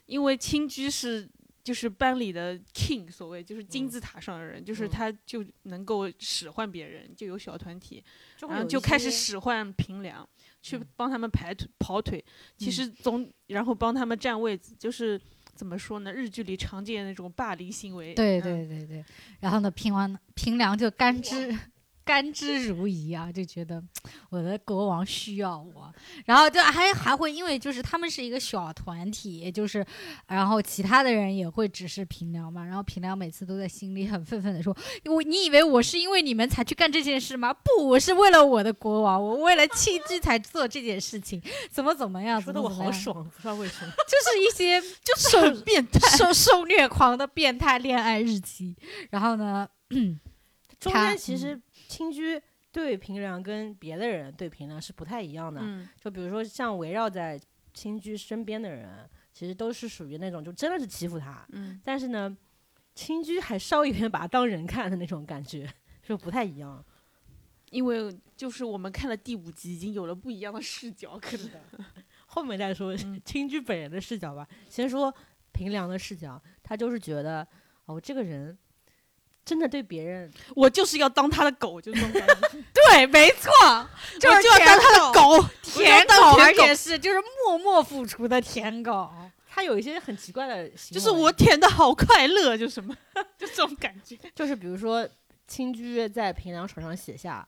因为青居是就是班里的 king，所谓就是金字塔上的人，就是嗯他就能够使唤别人，就有小团体，就会然后有一就开始些使唤平凉，去嗯帮他们排腿跑腿，嗯其实总然后帮他们占位子，就是怎么说呢？日剧里常见的那种霸凌行为。对嗯对对对，然后呢，平王平凉就甘之甘之如饴啊，就觉得我的国王需要我，然后就还还会因为就是他们是一个小团体，也就是然后其他的人也会指示平凉嘛，然后平凉每次都在心里很愤愤的说，我你以为我是因为你们才去干这件事吗？不，我是为了我的国王，我为了庆居才做这件事情，怎么怎么样，说怎的么我怎么好样，爽，不知道为什么。就是一些 就是很变态、受受虐狂的变态恋爱日记。然后呢， 中他间其实青居对平凉跟别的人对平凉是不太一样的，嗯，就比如说像围绕在青居身边的人，其实都是属于那种就真的是欺负他，嗯但是呢，青居还稍一点把他当人看的那种感觉，就不太一样。因为就是我们看了第五集，已经有了不一样的视角，可能。后面再说 嗯青居本人的视角吧。先说平良的视角，他就是觉得哦，这个人真的对别人我就是要当他的狗，就这种感觉。对，没错，就我是就要当他的狗，狗，舔我就要当狗，而舔狗且是就是默默付出的舔狗。他有一些很奇怪的行为，就是我舔的好快乐，就什么， 就这种感觉。就是比如说青居在平良手上写下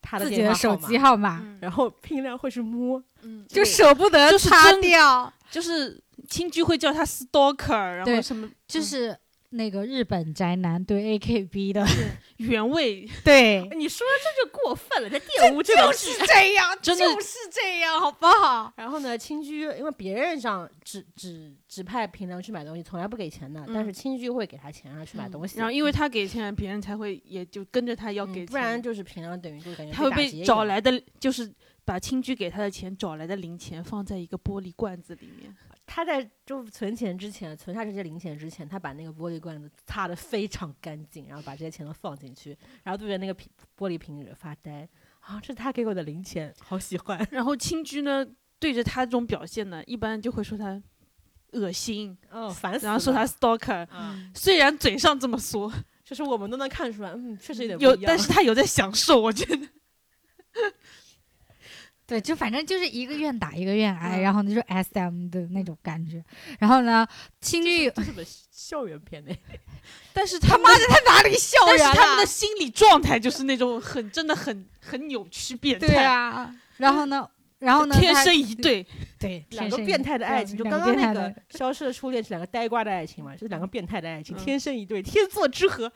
他自己电的话手号码机，号码，嗯然后平良会去摸，嗯，就对舍不得就是擦真的掉，就是青居会叫他 stalker，然对后什么就是那个日本宅男对 A K B 的，原味， 对，哎你说这就过分了， 在玷污这个就是这样， 真的就是这样，好不好？然后呢，青居因为别人上指指指派平良去买东西，从来不给钱的，但嗯是青居会给他钱让他去买东西，然后因为他给钱，别人才会也就跟着他要嗯给钱，不然就是平良等于就感觉他会打劫被一找样来的，就是把青居给他的钱找来的零钱放在一个玻璃罐子里面，他在就存钱之前，存下这些零钱之前，他把那个玻璃罐子擦得非常干净，然后把这些钱都放进去，然后对着那个瓶玻璃瓶子发呆。啊，这是他给我的零钱，好喜欢。然后青居呢对着他这种表现呢，一般就会说他恶心，哦，烦死了。然后说他，stalker，嗯啊，虽然嘴上这么说，就是我们都能看出来，嗯，确实有点不有，一样但是他有在享受，我 觉得。 对，就反正就是一个愿打一个愿挨，嗯然后呢就是 S M 的那种感觉，然后呢，青绿这是本校园片 呢。但是他他妈的他哪里校但园是他们了的？心理状态就是那种很真的很很扭曲变态， 对啊，然后呢，然后呢，天他生一对，对两天个生一变态的爱情，就两刚刚变那态个的消失的初恋是两个呆瓜的爱情嘛，就是两个变态的爱情，嗯天生一对，天作之合。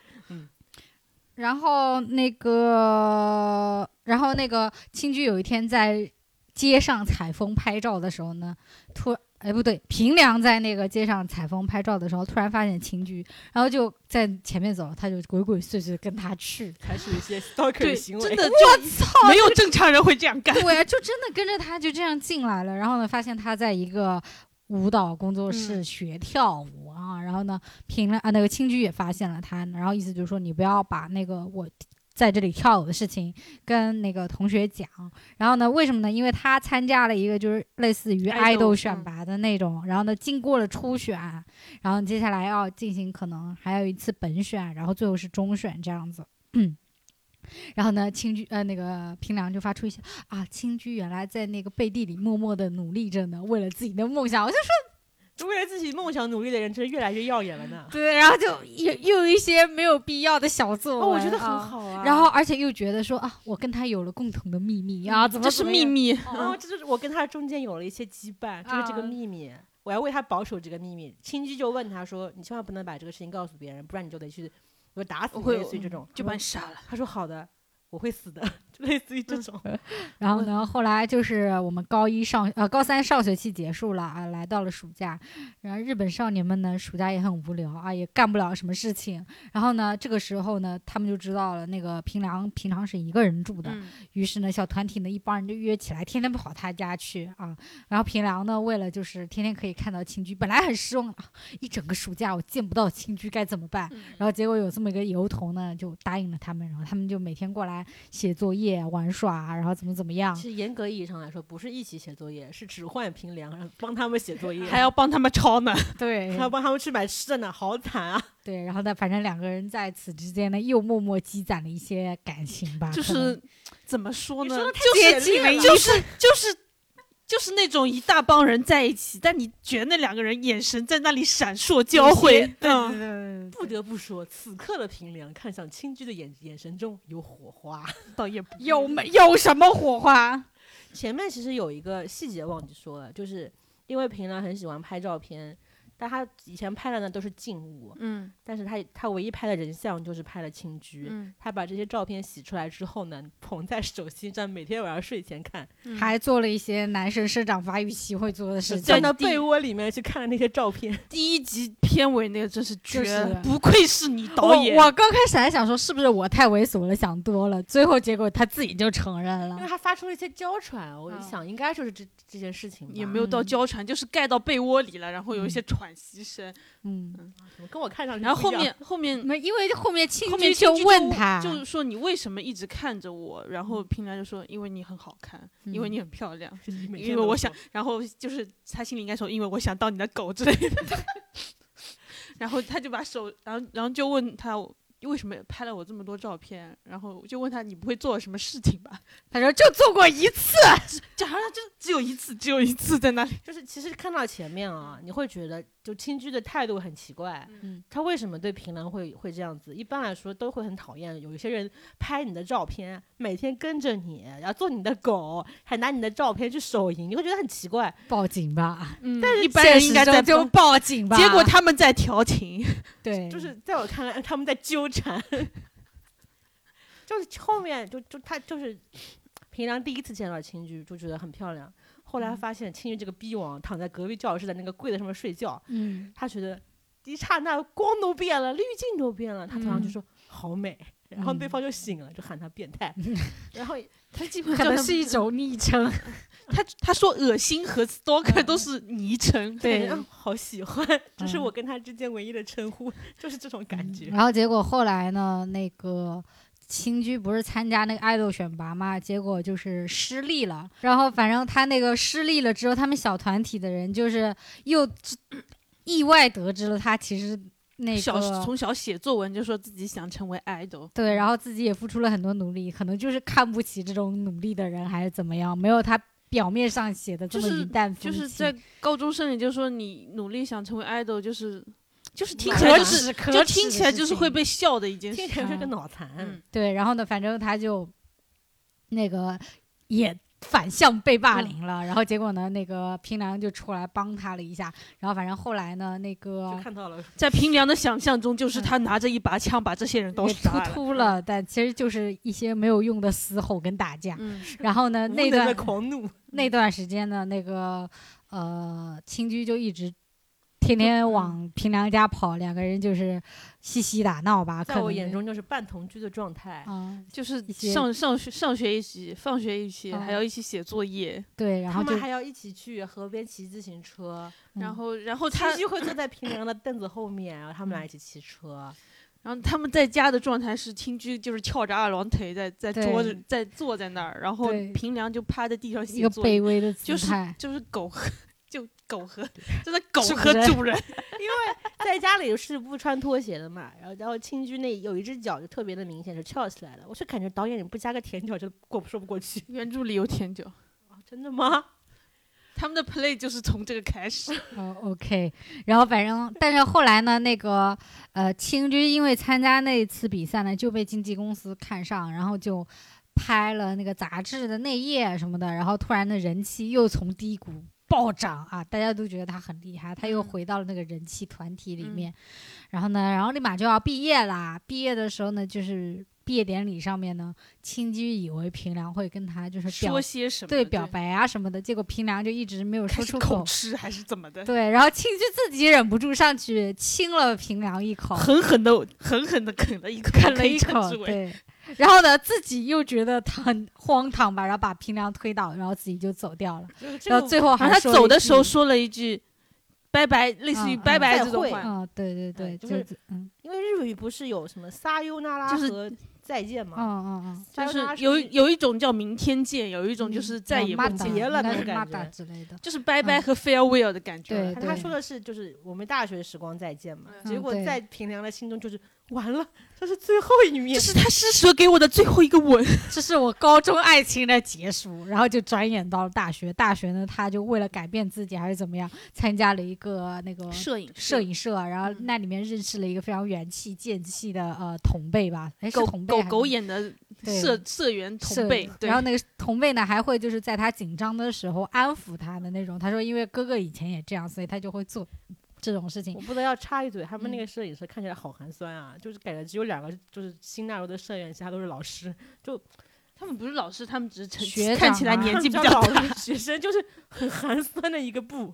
然后那个，然后那个青居有一天在街上采风拍照的时候呢，突哎不对，平良在那个街上采风拍照的时候，突然发现青居，然后就在前面走，他就鬼鬼祟祟地跟他去。才是一些 stalker 对，的行为真。的就没有正常人会这样干。对啊，就真的跟着他就这样进来了。然后呢，发现他在一个舞蹈工作室学跳舞啊。然后呢，评了啊，那个青居也发现了他，然后意思就是说你不要把那个我。在这里跳舞的事情跟那个同学讲，然后呢，为什么呢？因为他参加了一个就是类似于爱 idol，豆选嗯拔的那种，然后呢，经过了初选，然后接下来要进行可能还有一次本选，然后最后是中选这样子。 嗯，然后呢，青居呃那个平良就发出一些啊，青居原来在那个背地里默默的努力着呢，为了自己的梦想。我就说 为了自己梦想努力的人，真是越来越耀眼了呢。对，然后就又又有一些没有必要的小作文，哦，我觉得很啊。好啊。 然后，而且又觉得说啊，我跟他有了共同的秘密嗯啊，怎么这是怎么样秘密，然后这就是我跟他中间有了一些羁绊，就是这个啊秘密，我要为他保守这个秘密。亲居就问他说：“你千万不能把这个事情告诉别人，不然你就得去，我打死嗯我你，会类似于这种。”就他把说你杀了。他说：“好的，我会死的。” 类似于这种。嗯然后呢，后来就是我们高一上呃高三上学期结束了啊，来到了暑假。然后日本少年们呢，暑假也很无聊啊，也干不了什么事情。然后呢，这个时候呢，他们就知道了那个平良平常是一个人住的，嗯于是呢，小团体呢一帮人就约起来，天天跑他家去啊。然后平良呢，为了就是天天可以看到青居，本来很失望啊，一整个暑假我见不到青居该怎么办？嗯然后结果有这么一个由头呢，就答应了他们，然后他们就每天过来写作业、啊玩耍，然后怎么怎么样其。实严格意义上来说，不是一起写作业，是只换平凉，然后帮他们写 作业，嗯还要帮他们抄呢。对还要帮他们去买吃的呢，好惨啊！对，然后呢，反正两个人在此之间呢，又默默积攒了一些感情吧。就可能是怎么说你呢说的？太就是简历了就是就是就是那种一大帮人在一起，但你觉得那两个人眼神在那里闪烁交汇，嗯，嗯不得不说，此刻的平凉看向青居的眼眼神中有火花。倒也不 有没有什么火花？前面其实有一个细节忘记说了，就是因为平良很喜欢拍照片，但他以前拍的呢都是静物，嗯但是他他唯一拍的人像就是拍了青居。嗯他把这些照片洗出来之后呢，捧在手心上，每天晚上睡前看，嗯还做了一些男生生长发育期会做的事钻情。到被窝里面去看了那些照片。第一集片尾那个真是绝，就是不愧是你导我演。我刚开始还想说是不是我太猥琐了，想多了，最后结果他自己就承认 因为了。他发出了一些娇喘，我嗯想应该就是这这件事情吧。也没有到娇喘，就是盖到被窝里了，然后有一些喘息声。嗯，怎么跟我看上去然后不后一样 面后面没，因为后面青后剧面就进去问他，就是说你为什么一直看着我？然后平兰就说因为你很好看，因为嗯你很漂亮，每天因为都我说想，然后就是他心里应该说，因为我想当你的狗之类的。 然后他就把手，然后然后就问他为什么拍了我这么多照片，然后就问他你不会做什么事情吧？ 他说就做过一次，就好像就只有一次，只有一次在那里。就是其实看到前面啊，你会觉得就青居的态度很奇怪，嗯他为什么对平良会会这样子？一般来说都会很讨厌，有一些人拍你的照片，每天跟着你，然后做你的狗，还拿你的照片去手淫，你会觉得很奇怪。报警吧，嗯，但是一般现人应实该在中就帮报警吧。结果他们在调情，对，就是在我看来，他们在纠缠， 就是后面就就他就是平良第一次见到青居就觉得很漂亮，后来发现青居这个逼王躺在隔壁教室的那个柜子上面睡觉， 嗯，他觉得一刹那光都变了，滤镜都变了，他头上就嗯说、好美，然后对嗯方就醒了，就喊他变态， 然后他基本可上能是一种昵称，他他说恶心和 stalker 都是昵称，就感嗯对嗯觉嗯好喜欢，这是我跟他之间唯一的称呼，就是这种感觉。 然后结果后来呢，那个青居不是参加那个爱豆选拔嘛，结果就是失利了。然后反正他那个失利了之后，他们小团体的人就是又知意外得知了他其实那个小从小写作文就说自己想成为 idol，对，然后自己也付出了很多努力，可能就是看不起这种努力的人还是怎么样，没有他表面上写的这么就是云淡风就轻。是在高中生里就说你努力想成为 idol，就是就是听可起来就耻是可就耻听的起来事就是情会被笑的一件听事。起来是个嗯脑残，嗯，对，然后呢，反正他就那个也反向被霸嗯凌了，然后结果呢，那个平良就出来帮他了一下，然后反正后来呢，那就个看到了在平良的想象中，就是嗯他拿着一把枪把这些人都也突杀了。突了，但其实就是一些没有用的嘶吼跟打架。嗯，然后呢，无那能段的狂怒，那段时间呢，那个呃青居就一直。天嗯天往平良家跑，两个人就是嬉戏打闹吧。可在我能眼就，中就是半同居的状态。嗯，就是一些上上学上学一起，放学一起，嗯还要一起写作业。对，然后他就们，还要一起去河边骑自行车，嗯然后，然后他他，就会坐在平凉的凳子后面，然后他们俩一起骑车。然后他们在家的状态是青居就是翘着二郎腿在在对桌子在坐在那儿，然后对平良就趴在地上一写个作业，卑微的姿就是态，就是狗和就狗和就是狗主和人 主人。在家里是不穿拖鞋的嘛，然后然后青居那有一只脚就特别的明显是翘起来的，我就感觉导演你不加个舔脚就过说不过去、原著里有舔脚，啊真的吗？ 他们的 play 就是从这个开始。哦，OK，然后反正，但是后来呢，那个呃，青居因为参加那一次比赛呢，就被经纪公司看上，然后就拍了那个杂志的内页啊什么的，然后突然的人气又从低谷暴涨啊，大家都觉得他很厉害，他又嗯回到了那个人气团体里嗯面，然后呢，然后立马就要毕业啦，毕业的时候呢，就是毕业典礼上面呢，青居以为平良会跟他就是表 说些什么？对表白啊什么的，结果平良就一直没有开说始出口口。吃还是怎么的？对，然后青居自己忍不住上去亲了平良一 口，狠狠的狠狠的啃了一口，啃了可以一称口之，为对。然后呢，自己又觉得他很荒唐吧，然后把平良推倒，然后自己就走掉了。就是这然后种最后然还后他说走了一的时候句，说了一句“拜拜”，类似于嗯“拜拜”嗯这种再会话。嗯，对对对，嗯就是就嗯因为日语不是有什么撒优那拉就是和再见嗯吗？嗯嗯，撒就优是那拉有一有一种叫明天见，有一种就是再也不嗯见，别了那那种种感觉之类的。 就是拜拜和 farewell 的感觉嗯对了。他他说的是就是我们大学时光再见嘛，嗯结果对在平良的心中就是完了，这是最后一面这。是他施舍给我的最后一个吻。这是我高中爱情的结束，然后就转眼到了大学。大学呢，他就为了改变自己还是怎么样，参加了一个那个摄影嗯摄影社，啊然后嗯那里面认识了一个非常元气剑气的呃同辈吧，哎是狗同辈狗还是狗眼的对社社员同是辈，对然后那个同辈呢，还会就是在他紧张的时候安抚他的那种。他说，因为哥哥以前也这样，所以他就会做这种事情我。不得要插一嘴，他们那嗯个摄影师看起来好寒酸啊，就是感觉只有两个就是新纳入的摄影，其他都是老师，他们不是老师，他们只是成学看长起来啊 年纪比比较较老大。的学生，就是很寒酸的一个部。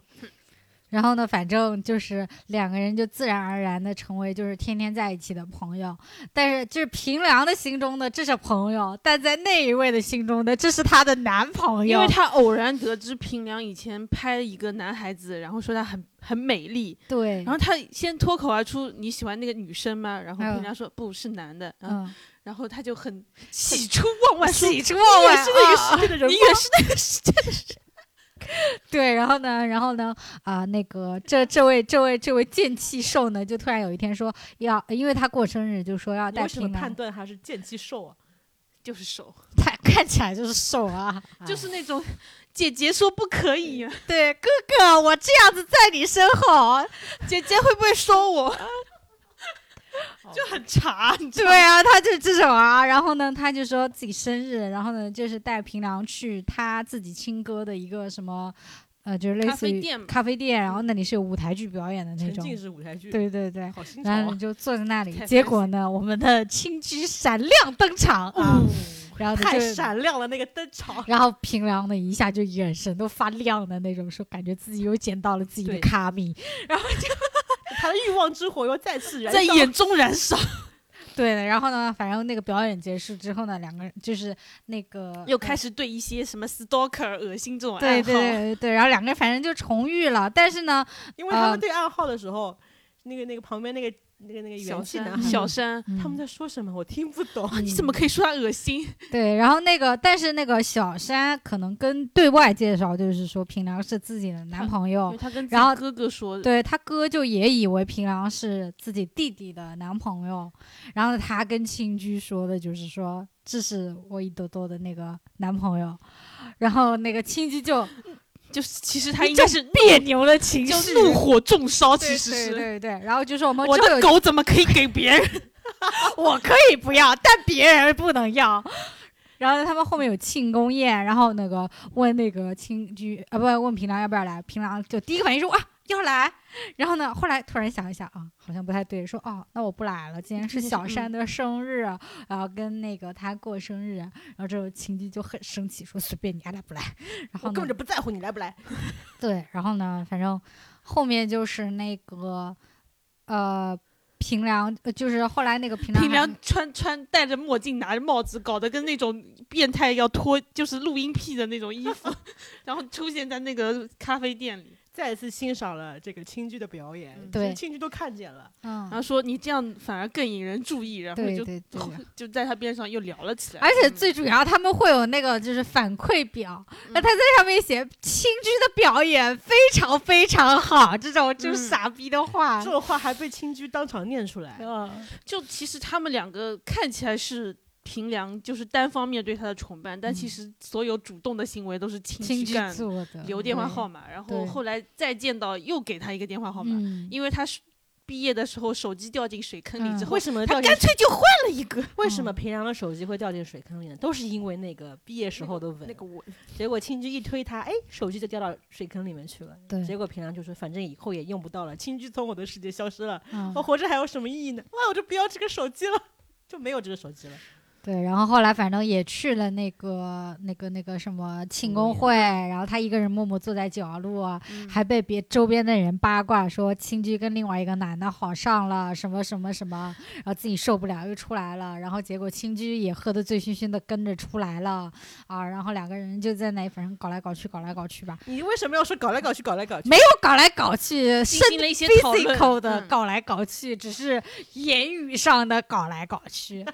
然后呢，反正就是两个人就自然而然的成为就是天天在一起的朋友。但是就是平良的心中呢，这是朋友；但在那一位的心中呢，这是他的男朋因友为。他偶然得知平良以前拍一个男孩子，然后说他很很美丽，对，然后他先脱口而出你喜欢那个女生吗？然后嗯平良说、不是男的，然后嗯，然后他就很喜出望外说，喜出望外是那个啊世界的人你吗，也是那个世界对，然后呢，然后呢，啊、那个这这位这位这位剑气兽呢，就突然有一天说要，因为他过生日就说要你带为什么平判良，断他是剑气兽啊？就是手， 他看起来就是瘦啊， 就是那种姐姐说不可以、啊，对哥哥，我这样子在你身后，姐姐会不会说我？就 很茶，你知道 对吗？啊，他就这种啊，然后呢，他就说自己生日，然后呢，就是带平良去他自己亲哥的一个什么，呃，就是类咖似啡于店嘛嗯咖啡店，然后那里是有舞台剧表演的那沉种浸，式舞台剧，对对对，好新潮然后啊！就坐在那里嗯太，结 fancy 果呢，我们 的青居闪亮登场嗯啊，然后呢太就。闪亮了那个登 场，然后平良呢，一下就眼神都发亮的那种，说感觉自己又捡到了自己的对卡米。他的欲望之火又再次燃烧在眼中燃烧，嗯对的，然后呢，反正那个表演结束之后呢，两个人就是那个 又开始。始对一些什么 stalker 恶心这种爱对好，对对对，然后两个人反正就重遇了，但是呢，因为他啊们对暗号的时候，那个那个旁边那个那个那个小元气男啊山孩，嗯小山，他们在说什么我听不懂。啊，你怎么可以说他恶心？对，然后那个，但是那个小山可能跟对外介绍就是说平良是自己的男朋因友为，他跟自哦然后己哥哥说的，对他哥就也以为平良是自己弟弟的男朋友，然后他跟亲居说的就是说这是我一多多的那个男朋友， 然后那个亲居就就是其实他应一该种是别扭的情就绪，怒火中烧，其对实对是对对，然后就说我们我这有的狗怎么可以给别人？ 我可以不要，但别人不能要。然后他们后面有庆功宴，然后那个问那个亲居啊，不问平良要不要来，平良就第一个反应说哇啊要来，然后呢，后来突然想一下啊，好像不太对，说哦那我不来了，今天是小山的生日，啊然后跟哦那个他过生日，然后这个亲居就很生气，说随便你爱来不来，然我后根呢本就不在乎你来不来，对，然后呢，反正后面就是那个呃平良，呃就是后来那个平良平还良穿穿戴着墨镜，拿着帽子，搞得跟那种变态要脱就是录音癖的那种衣 服，然后出现在那个咖啡店嗯里，再次欣赏了这个青剧的表嗯演， 对其实青剧都看见了。嗯然后说你这样反而更引人注意，然后对就对对，就在他边上又聊了起来，而且最主要他们会有那个就是反馈表，那、他在上面写青居的表演非常非常好，这种就是嗯傻逼的话这，种话还被青居当场念出来，嗯，就其实他们两个看起来是。平良就是单方面对他的崇拜，但嗯其实所有主动的行为都是亲青戚居干的。做的留电话号码，码，然后对后来再见到又给他一个电话号码，嗯，因为他是毕业的时候手机掉进水坑里之嗯后，为什么掉他进干脆就换了一个为什么嗯平良的手机会掉进水坑里呢？都是因为那个毕业时候的吻，那个我结果青居一推他，哎，手机就掉到水坑里面去了。对结果平良就说，反正以后也用不到了，青居从我的世界消失了，嗯我活着还有什么意义呢？哇，我就不要这个手机了，就没有这个手机了。对，然后后来反正也去了那个那个那个什么庆功会，然后他一个人默默坐在角落，嗯还被别周边的人八卦说青居跟另外一个男的好上了，什么什么什么，然后自己受不了又出来了，然后结果青居也喝得醉醺醺的跟着出来了啊，然后两个人就在那里反正搞来搞去，搞来搞去吧，你为什么要说搞来搞去，搞来搞去？没有搞来搞去，进身行了一些讨论 physical 的嗯搞来搞去，只是言语上的搞来搞去。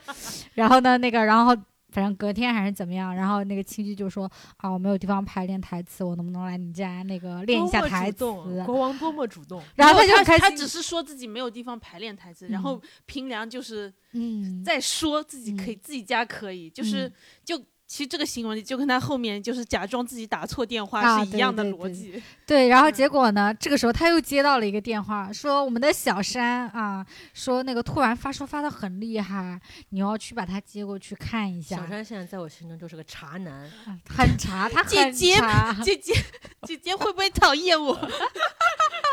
然后呢，那个，然后反正隔天还是怎么样，然后那个亲戚就说啊，我没有地方排练台词，我能不能来你家那个练一下多么台主词？啊动，啊国王多么主动，然后他没有就他很开他心，只是说自己没有地方排练台词，嗯然后平良就是嗯，在说自己可以，自己家可以，就是嗯就。其实这个行为就跟他后面就是假装自己打错电啊话是一样的对对逻对辑，对，然后嗯结果呢，这个时候他又接到了一个电话，说我们的小山啊，说那个突然发烧发的很厉害，你要去把他接过去看一下小，山现在在我心中就是个茶男，啊很 查，他姐很 姐查。姐姐姐姐会不会讨厌我？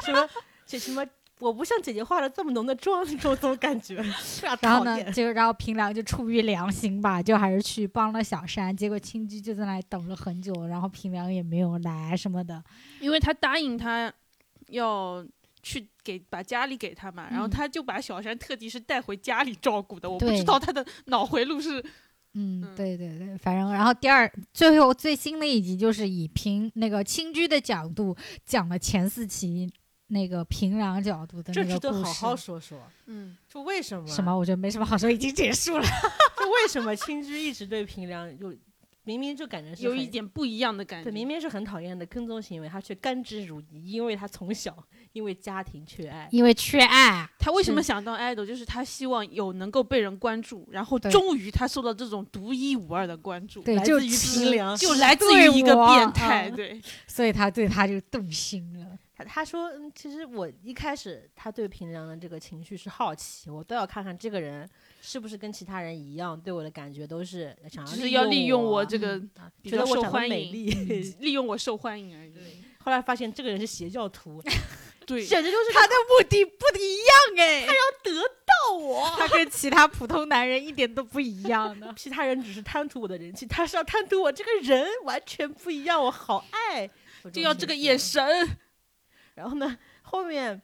什么这什么，我不像姐姐化了这么浓的妆，这种这种感觉，然后讨呢，厌就然后平良就出于良心吧，就还是去帮了小山。结果青居就在那里等了很久，然后平良也没有来什么的。嗯因为他答应他要去给把家里给他嘛，然后嗯他就把小山特地是带回家里照顾的。我不对知道他的脑回路是嗯，嗯对对对，反正然后第二最后最新的一集就是以平那个青居的角度讲了前四集那个平良角度的这那值个得故好好事。说啊说。嗯就为什么？什么？？我觉得没什么好说，已经结 束了。就为什么青之一直对平良就明明就感觉是有很一点不一样的感觉。对，明明是很讨厌的跟踪行为，他却甘之如饴，因为他从小因为家庭缺爱。因为缺爱，他为什么是想当 idol，就是他希望有能够被人关注，然后对终于他受到这种独一无二的关注，对，来就自于吃平良就来自于一个对我变态，嗯对，所以他对他就动心了。他他说、嗯，其实我一开始他对平良的这个情绪是好奇，我都要看看这个人是不是跟其他人一样，对我的感觉都是想只是要利用我我，这个啊比觉较得我受长得欢美迎，丽。 利用我受欢迎而已。后来发现这个人是邪教徒， 对，简直 就是他的目的不一样哎，得到我。 他跟其他普通男人一点都不一样 的。其他人只是贪图我的人气，他是要贪图我这个人，完全不一样，我好爱，就要这个眼神。神。然后呢，后面，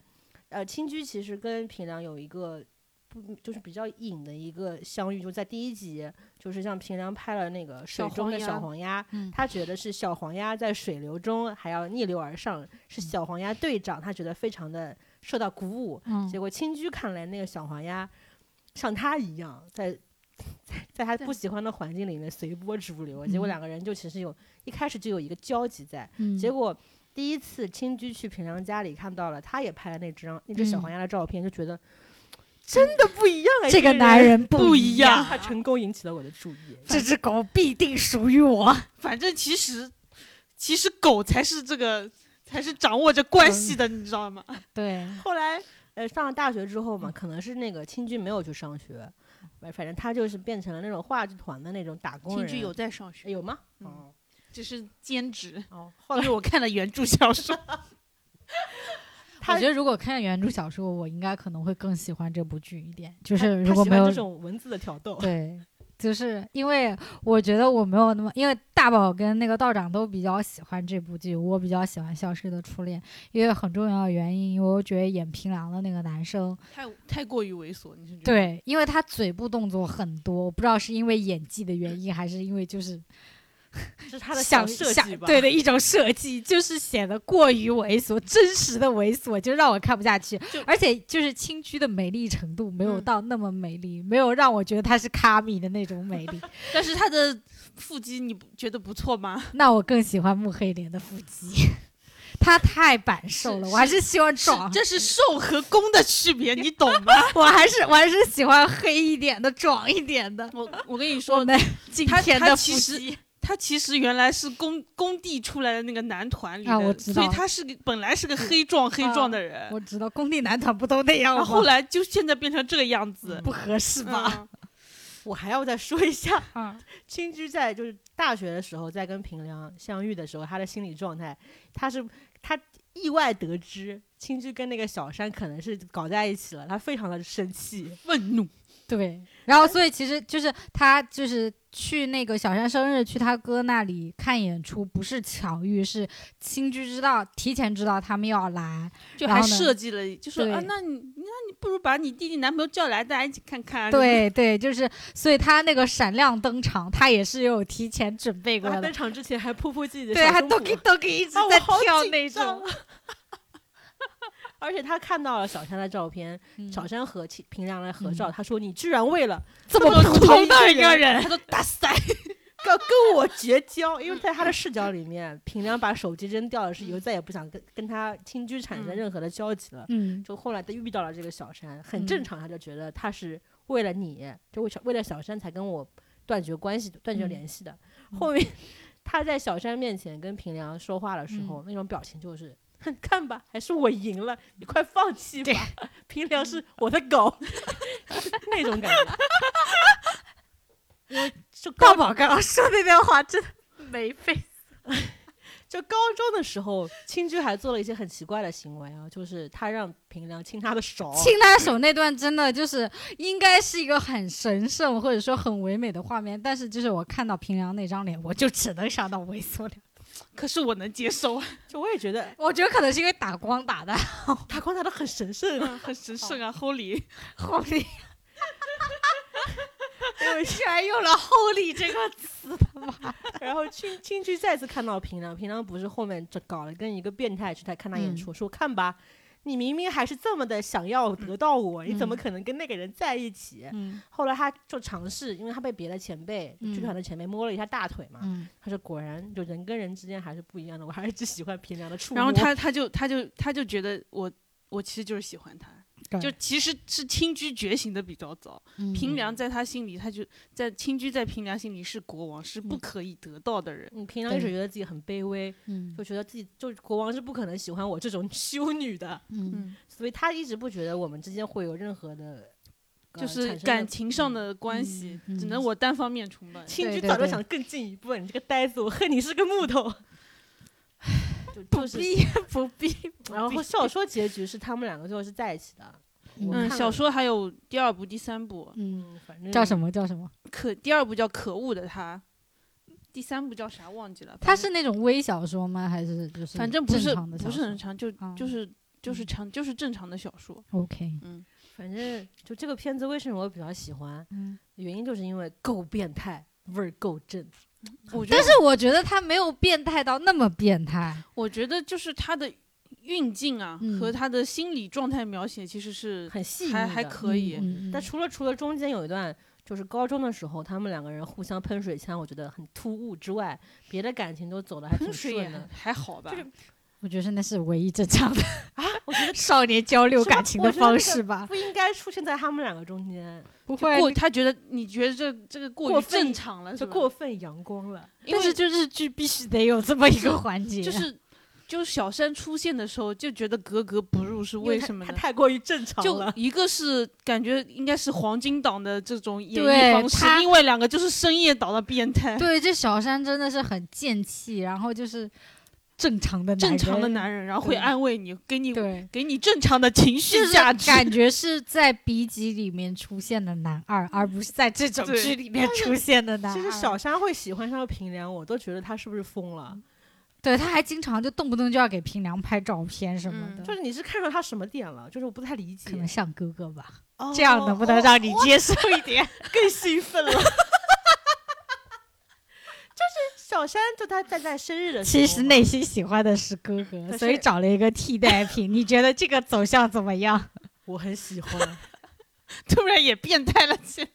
呃，青居其实跟平良有一个不就是比较隐的一个相遇，就在第一集，就是像平良拍了那个水小中黄的小鸭黄鸭，嗯他觉得是小黄鸭在水流中还要逆流而上，是小黄鸭队长，他觉得非常的受到鼓舞。嗯结果青居看来那个小黄鸭像他一样，在 在在他不喜欢的环境里面随波逐流，结果嗯两个人就其实有一开始就有一个交集在，嗯结果第一次青居去平良家里看到了，他也拍了那张那只小嗯黄鸭的照片，就觉得真的不一样哎，这个人男人不一一样 他成功引起了我的注意。这只狗必定属于我。反正其实，其实狗才是这个，才是掌握着关系的，你知道 吗？对，后来呃上了大学之后嗯嘛，可能是那个青居没有去上学，反反正他就是变成了那种话剧团的那种打工青人。居有在上哎学，有吗？嗯哦只是兼职。哦，后因来为我看了原著小说，他我觉得如果看原著小说，我应该可能会更喜欢这部剧一点。就他是他如果喜没欢有这种文字的挑逗，对，就是因为我觉得我没有那么，因为大宝跟那个道长都比较喜欢这部剧，我比较喜欢《消失的初恋》，因为很重要的原因，因为我觉得演平良的那个男生 嗯太太过于猥琐，你是觉得？，对，因为他嘴部动作很多，我不知道是因为演技的原因，还是因为就是这是他的小想设想计吧？对的一种设计，就是显得过于猥琐，真实的猥琐就让我看不下去就。而且就是青居的美丽程度没有嗯到那么美丽，没有让我觉得她是卡米的那种美 丽。但是他的腹肌你不觉得不 错吗？那我更喜欢木黑莲的腹肌，她太板瘦了，我还是希望是壮，这是瘦和攻的区别，你懂吗？我还是我还是喜欢黑一点的、壮一点的。 我我跟你我说，们今他天他的其腹实肌，他其实原来是工工地出来的那个男团里的，啊我知道所以他是个本来是个黑壮黑壮的人，我知道工地男团不都那样吗？然啊后后来嗯就现在变成这个样子，不合适是吧？吧？我还要再说一下，啊，青居在就是大学的时候，在跟平良相遇的时候，他的心理状态，他是他意外得知青居跟那个小山可能是搞在一起了，他非常的生气，愤怒，对，然后所以其实就是他就是去那个小山生日去他哥那里看演出，不是巧遇，是新居知道提前知道他们要来，就然还后呢设计了，就说啊对，那你那你不如把你弟弟男朋友叫来，大家一起看看啊。对对，就是所以他那个闪亮登场，他也是有提前准备过他的登，场之前还噗噗自己的对，小还胸都脯给都给一直啊我在好跳紧那种张，啊而且他看到了小山的照片，嗯小山和其平常来合照，嗯他说你居然为了这这么么普通的的一个人他，说大塞，跟跟我绝交，因为在他的视角里面，平良把手机扔掉了，是以后再也不想跟跟他亲居产生嗯任何的交集了。嗯，就后来他遇到了这个小山，嗯很正常，他就觉得他是为了你，就为小为了小山才跟我断绝关系、断绝嗯联系的。 嗯后面他在小山面前跟平良说话的时候，那种表情就是。哼，看吧，还是我赢了，你快放弃吧！平良是我的狗， 那种感觉。因为就高大宝刚刚说那段话真的没被就高中的时候，青居还做了一些很奇怪的行为啊，就是他让平良亲他的手，亲他手那段真的就是应该是一个很神圣或者说很唯美的画面，但是就是我看到平良那张脸，我就只能想到猥琐脸。可是我能接受啊，就我也觉得我觉得可能是因为打光打的， 他光他都很神圣啊， 很神圣啊，Holy。后力，我居然用了后力这个词，然后青青居再次看到平良，平良不是后面这搞了跟一个变态去他看他演出，说看吧，你明明还是这么的想要得到我，你怎么可能跟那个人在一起？嗯后来他就尝试，因为他被别的前辈、嗯剧团的前辈摸了一下大腿嘛，嗯，他说果然就人跟人之间还是不一样的，我还是只喜欢平良的触摸。然后他他就他就他就觉得我我其实就是喜欢他，对嗯就其实是清居觉醒的比较早。平良在他心里，他就在清居在平良心里是国王，是不嗯可以得到的人。嗯，平良一直对觉得自己很卑微，嗯就觉得自己就国王是不可能喜欢我这种 修女的，嗯嗯，所以他一直不觉得我们之间会有任何的，呃就是产生感的情上的关系，嗯嗯只能我单方面崇拜。亲对居对早就对想更进一步了，你这个呆子，我恨你是个木头。就就是，不必， 然后小说结局是他们两个最后是在一起的。我嗯，看小了说还有第二部、第三部，嗯，嗯，反正叫什么叫什么？可第二部叫《可恶的他》，第三部叫啥忘记了。它反是正那种微小说吗？还是就是反正不是正常的小不是说很长，就啊就是就是嗯长就是正常的小说。 OK，嗯，反正就这个片子为什么我比较喜欢，嗯，原因就是因为够变态，味儿够正。我觉但得是我觉得他没有变态到那么变态，我觉得就是他的运镜啊嗯和他的心理状态描写其实是很细腻还的还可以。嗯嗯但除了除了中间有一段，就是高中的时候，他们两个人互相喷水枪，我觉得很突兀之外，别的感情都走的还挺喷水也顺的。还好吧，就是我觉得那是唯一正常的啊，我觉得 少年交流是吧感情的方式吧？不应该出现在他们两个中间， 不过会，他觉得你觉得这这个过过于分正常了，就是嗯吧过分阳光了。因但为是就日剧必须得有这么一个环节，啊就是就是小山出现的时候就觉得格格不入是因为为他什么他呢？太过于正常就了。一个是感觉应该是黄金档的这种演对绎方式他，另外两个就是深夜档的变态，对这小山真的是很贱气，然后就是正常的男正常的人男人，然后会对安慰你，给你对。给你正常的情就绪是价值。感觉是在 B 级里面出现的男二，而不是在这种对剧里面出现的男其二。实小山会喜欢上平良，我都觉得他是不是疯了？对，他还经常就动不动就要给平良拍照片什么的，嗯就是你是看上他什么点了？就是我不太理解可。能像哥哥吧。哦这样能不能哦让你接受一点？更兴奋了？就是小山，就他在在生日的时候 其嘛，实内心喜欢的是哥哥， 是所以找了一个替代 品。你觉得这个走向怎么样？我很喜欢。突然也变态了起来。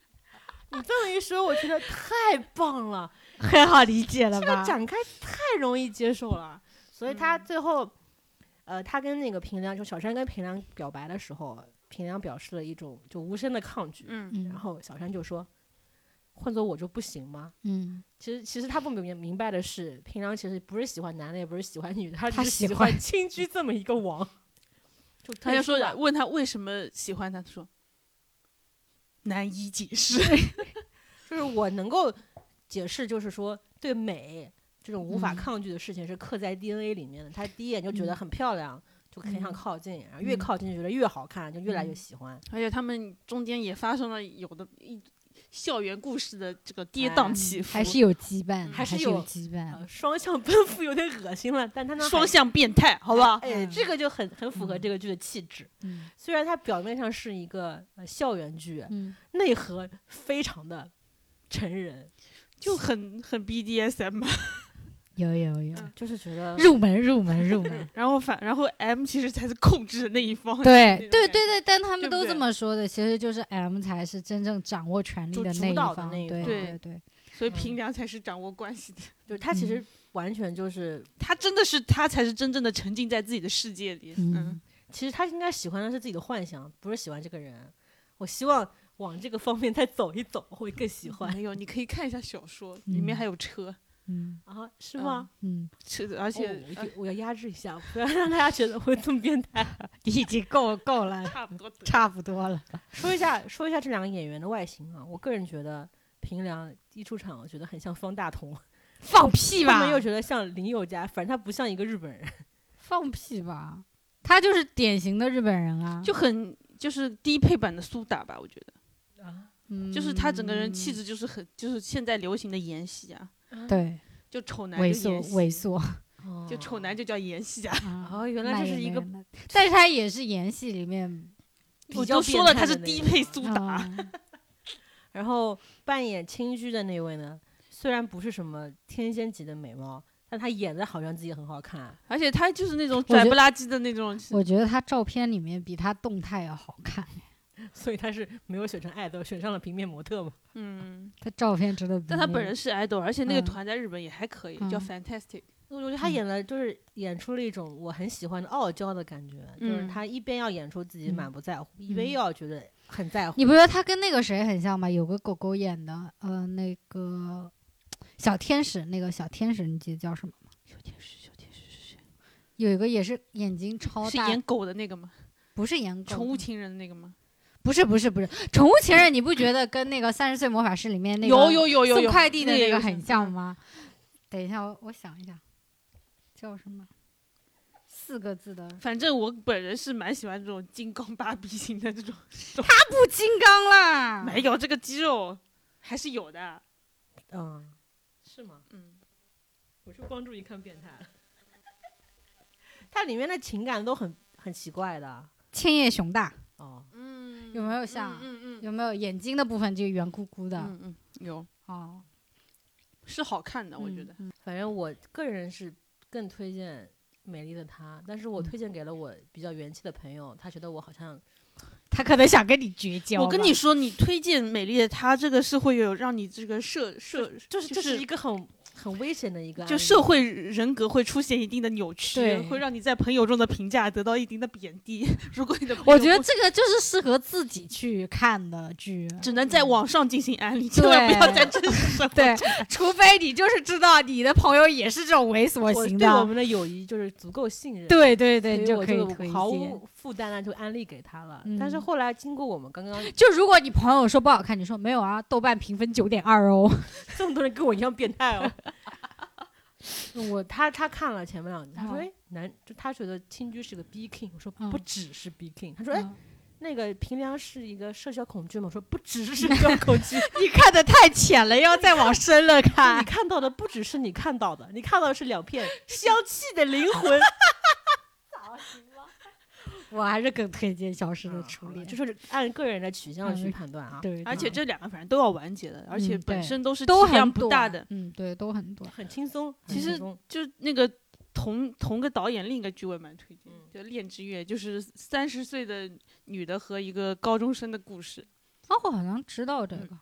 你这么一说，我觉得太棒了， 很好理解了这个吧？展开太容易接受了。所以他嗯最后，呃，他跟那个平良，就小山跟平良表白的时候，平良表示了一种就无声的抗拒。嗯，嗯然后小山就说：“换做我就不行吗嗯，？”其实，其实他不明明白的是，平良其实不是喜欢男的，也不是喜欢女的，他他只喜是喜欢欢 清居这么一个王。就他就说退出了问他为什么喜欢他，他说难以解释。就是我能够解释，就是说对美这种无法嗯抗拒的事情是刻在 DNA 里面的。他第一眼就觉得嗯很漂亮，就很想嗯靠近，然后越嗯靠近就觉得越好看，就越来越嗯喜欢。 而且他们中间也发生了有的一校园故事的这个跌宕哎起伏，还是有羁绊的，还还是有有羁绊呃，双向奔赴有点恶心了，但他能双还向变态，好吧？哎，这嗯个就很很符合嗯这个剧的气质。嗯虽然它表面上是一个呃校园剧，嗯，内核非常的成人，就很很 BDSM 嘛。，有有有，就是觉得入门入门入门然后反，然后 M 其实才是控制的那一 方，对那种对对感觉对，但他们对不都对这么说的，其实就是 M 才是真正掌握权力就的主那一导的方，那一对方对对，所以平良才是掌握关系的。就是他其嗯实完全就是， 他真的是他才是真正的沉浸在自己的世界里。嗯嗯，其实他应该喜欢的是自己的幻想，不是喜欢这个人。我希望往这个方面再走一走，会更喜欢。没有，你可以看一下小说，里面还有车，嗯 啊，是吗？嗯，车的，而且、呃哦我就我要压制一下，不要让大家觉得我这么变态。已经够够了呃，差不多得了。差不多了，说一下，说一下这两个演员的外形啊，我个人觉得平良一出场，我觉得很像方大同，放屁他吧，们又觉得像林宥嘉，反正他不像一个日本人。放屁吧，他就是典型的日本人啊，就很就是低配版的苏打吧，我觉得，嗯就是他整个人气质质就是很就是现在流行的妍希啊，对就丑男猥就琐妍希猥，琐，就丑男就叫妍希啊。 啊哦原来这那是也一没个人了，但是他也是演戏里 面比我较就说变了态他的是那低种配啊苏打，嗯然后扮演青居的那位呢，虽然不是什么天仙级的美貌，但她演的好像自己很好看。而且他就是那种觉拽不拉几的那种，我觉得他照片里面比他动态要好看，所以她是没有选成爱豆，选上了平面模特嘛。嗯。他照片真的比但他本人是 idol，而且那个嗯团在日本也还可以，叫嗯 Fantastic。 我觉得她嗯演了就是演出了一种我很喜欢的傲娇的感觉，就是嗯她一边要演出自己满嗯不在乎，一边嗯又要觉得很在乎。你不觉得他跟那个谁很像吗？有个狗狗演的，呃，那个小天使，那个小天使，你记得叫什么吗？小天使，小天使是谁？啊有一个也是眼睛超是哦大，演狗的那个吗？不是演狗，宠物情人的那个吗？不是不是不是宠物情人，你不觉得跟那个《三十岁魔法师》里面那个有有有有送有快递的那也那嗯个有很像吗？等一下，我我想一下，叫什么？四个字的，反正我本人是蛮喜欢这种金刚芭比型的这种，不金刚啦，没有这个肌肉还是有的。嗯，是吗？嗯，我是光注意看变态 了。它里面的情感都很很奇怪的千叶熊大哦。嗯有没有像嗯嗯有没有眼睛的部分就圆咕咕的？嗯嗯有哦，是好看的，我觉嗯得。嗯反正我个人是更推荐《美丽的她》，但是我推荐给了我比较元气的朋友，他觉得我好像他可能想跟你绝交吧。我跟你说，你推荐《美丽的她》这个是会有让你这个社社就是这就是是一个很很危险的一个案例，就社会人格会出现一定的扭曲对，会让你在朋友中的评价得到一定的贬低。 如果你的朋友我觉得不这个就是适合自己去看的 剧。只能在网上进行安利，千万不要 在真实生 活。对，除非你就是知道你的朋友也是这种猥琐我型对我的，们的友谊就是足够信任，对对对，你所以就我可以就推毫 荐。无负担的就安利给他了。但是嗯后来经过我们刚刚就如果你朋友说不好看，你说没有啊，豆瓣评分九点二哦。这么多人跟我一样变态 哦。我他他看了前面两集，他说：“嗯哎，男，就他觉得青居是个 B king。”我说：“嗯不只是 B king。”他说：“哎，嗯那个平良是一个社交恐惧吗？”我说：“不只是社交恐 惧，你看的太浅了，要再往深 了你看。看到的不只是你看到的，你看到的是两片香气的灵魂。我还是更推荐《消失嗯的好初了恋》就是按个人的取向去嗯判断啊，对，对，而且对这两个反正都要完结的，而且嗯本对身都是都体量很不大的短，嗯，对，都很短。很轻松。其很轻实松就那个同同个导演另一个剧我也蛮推荐的嗯，叫《恋之月》，就是三十岁的女的和一个高中生的故事。哦，我好像知道嗯这个，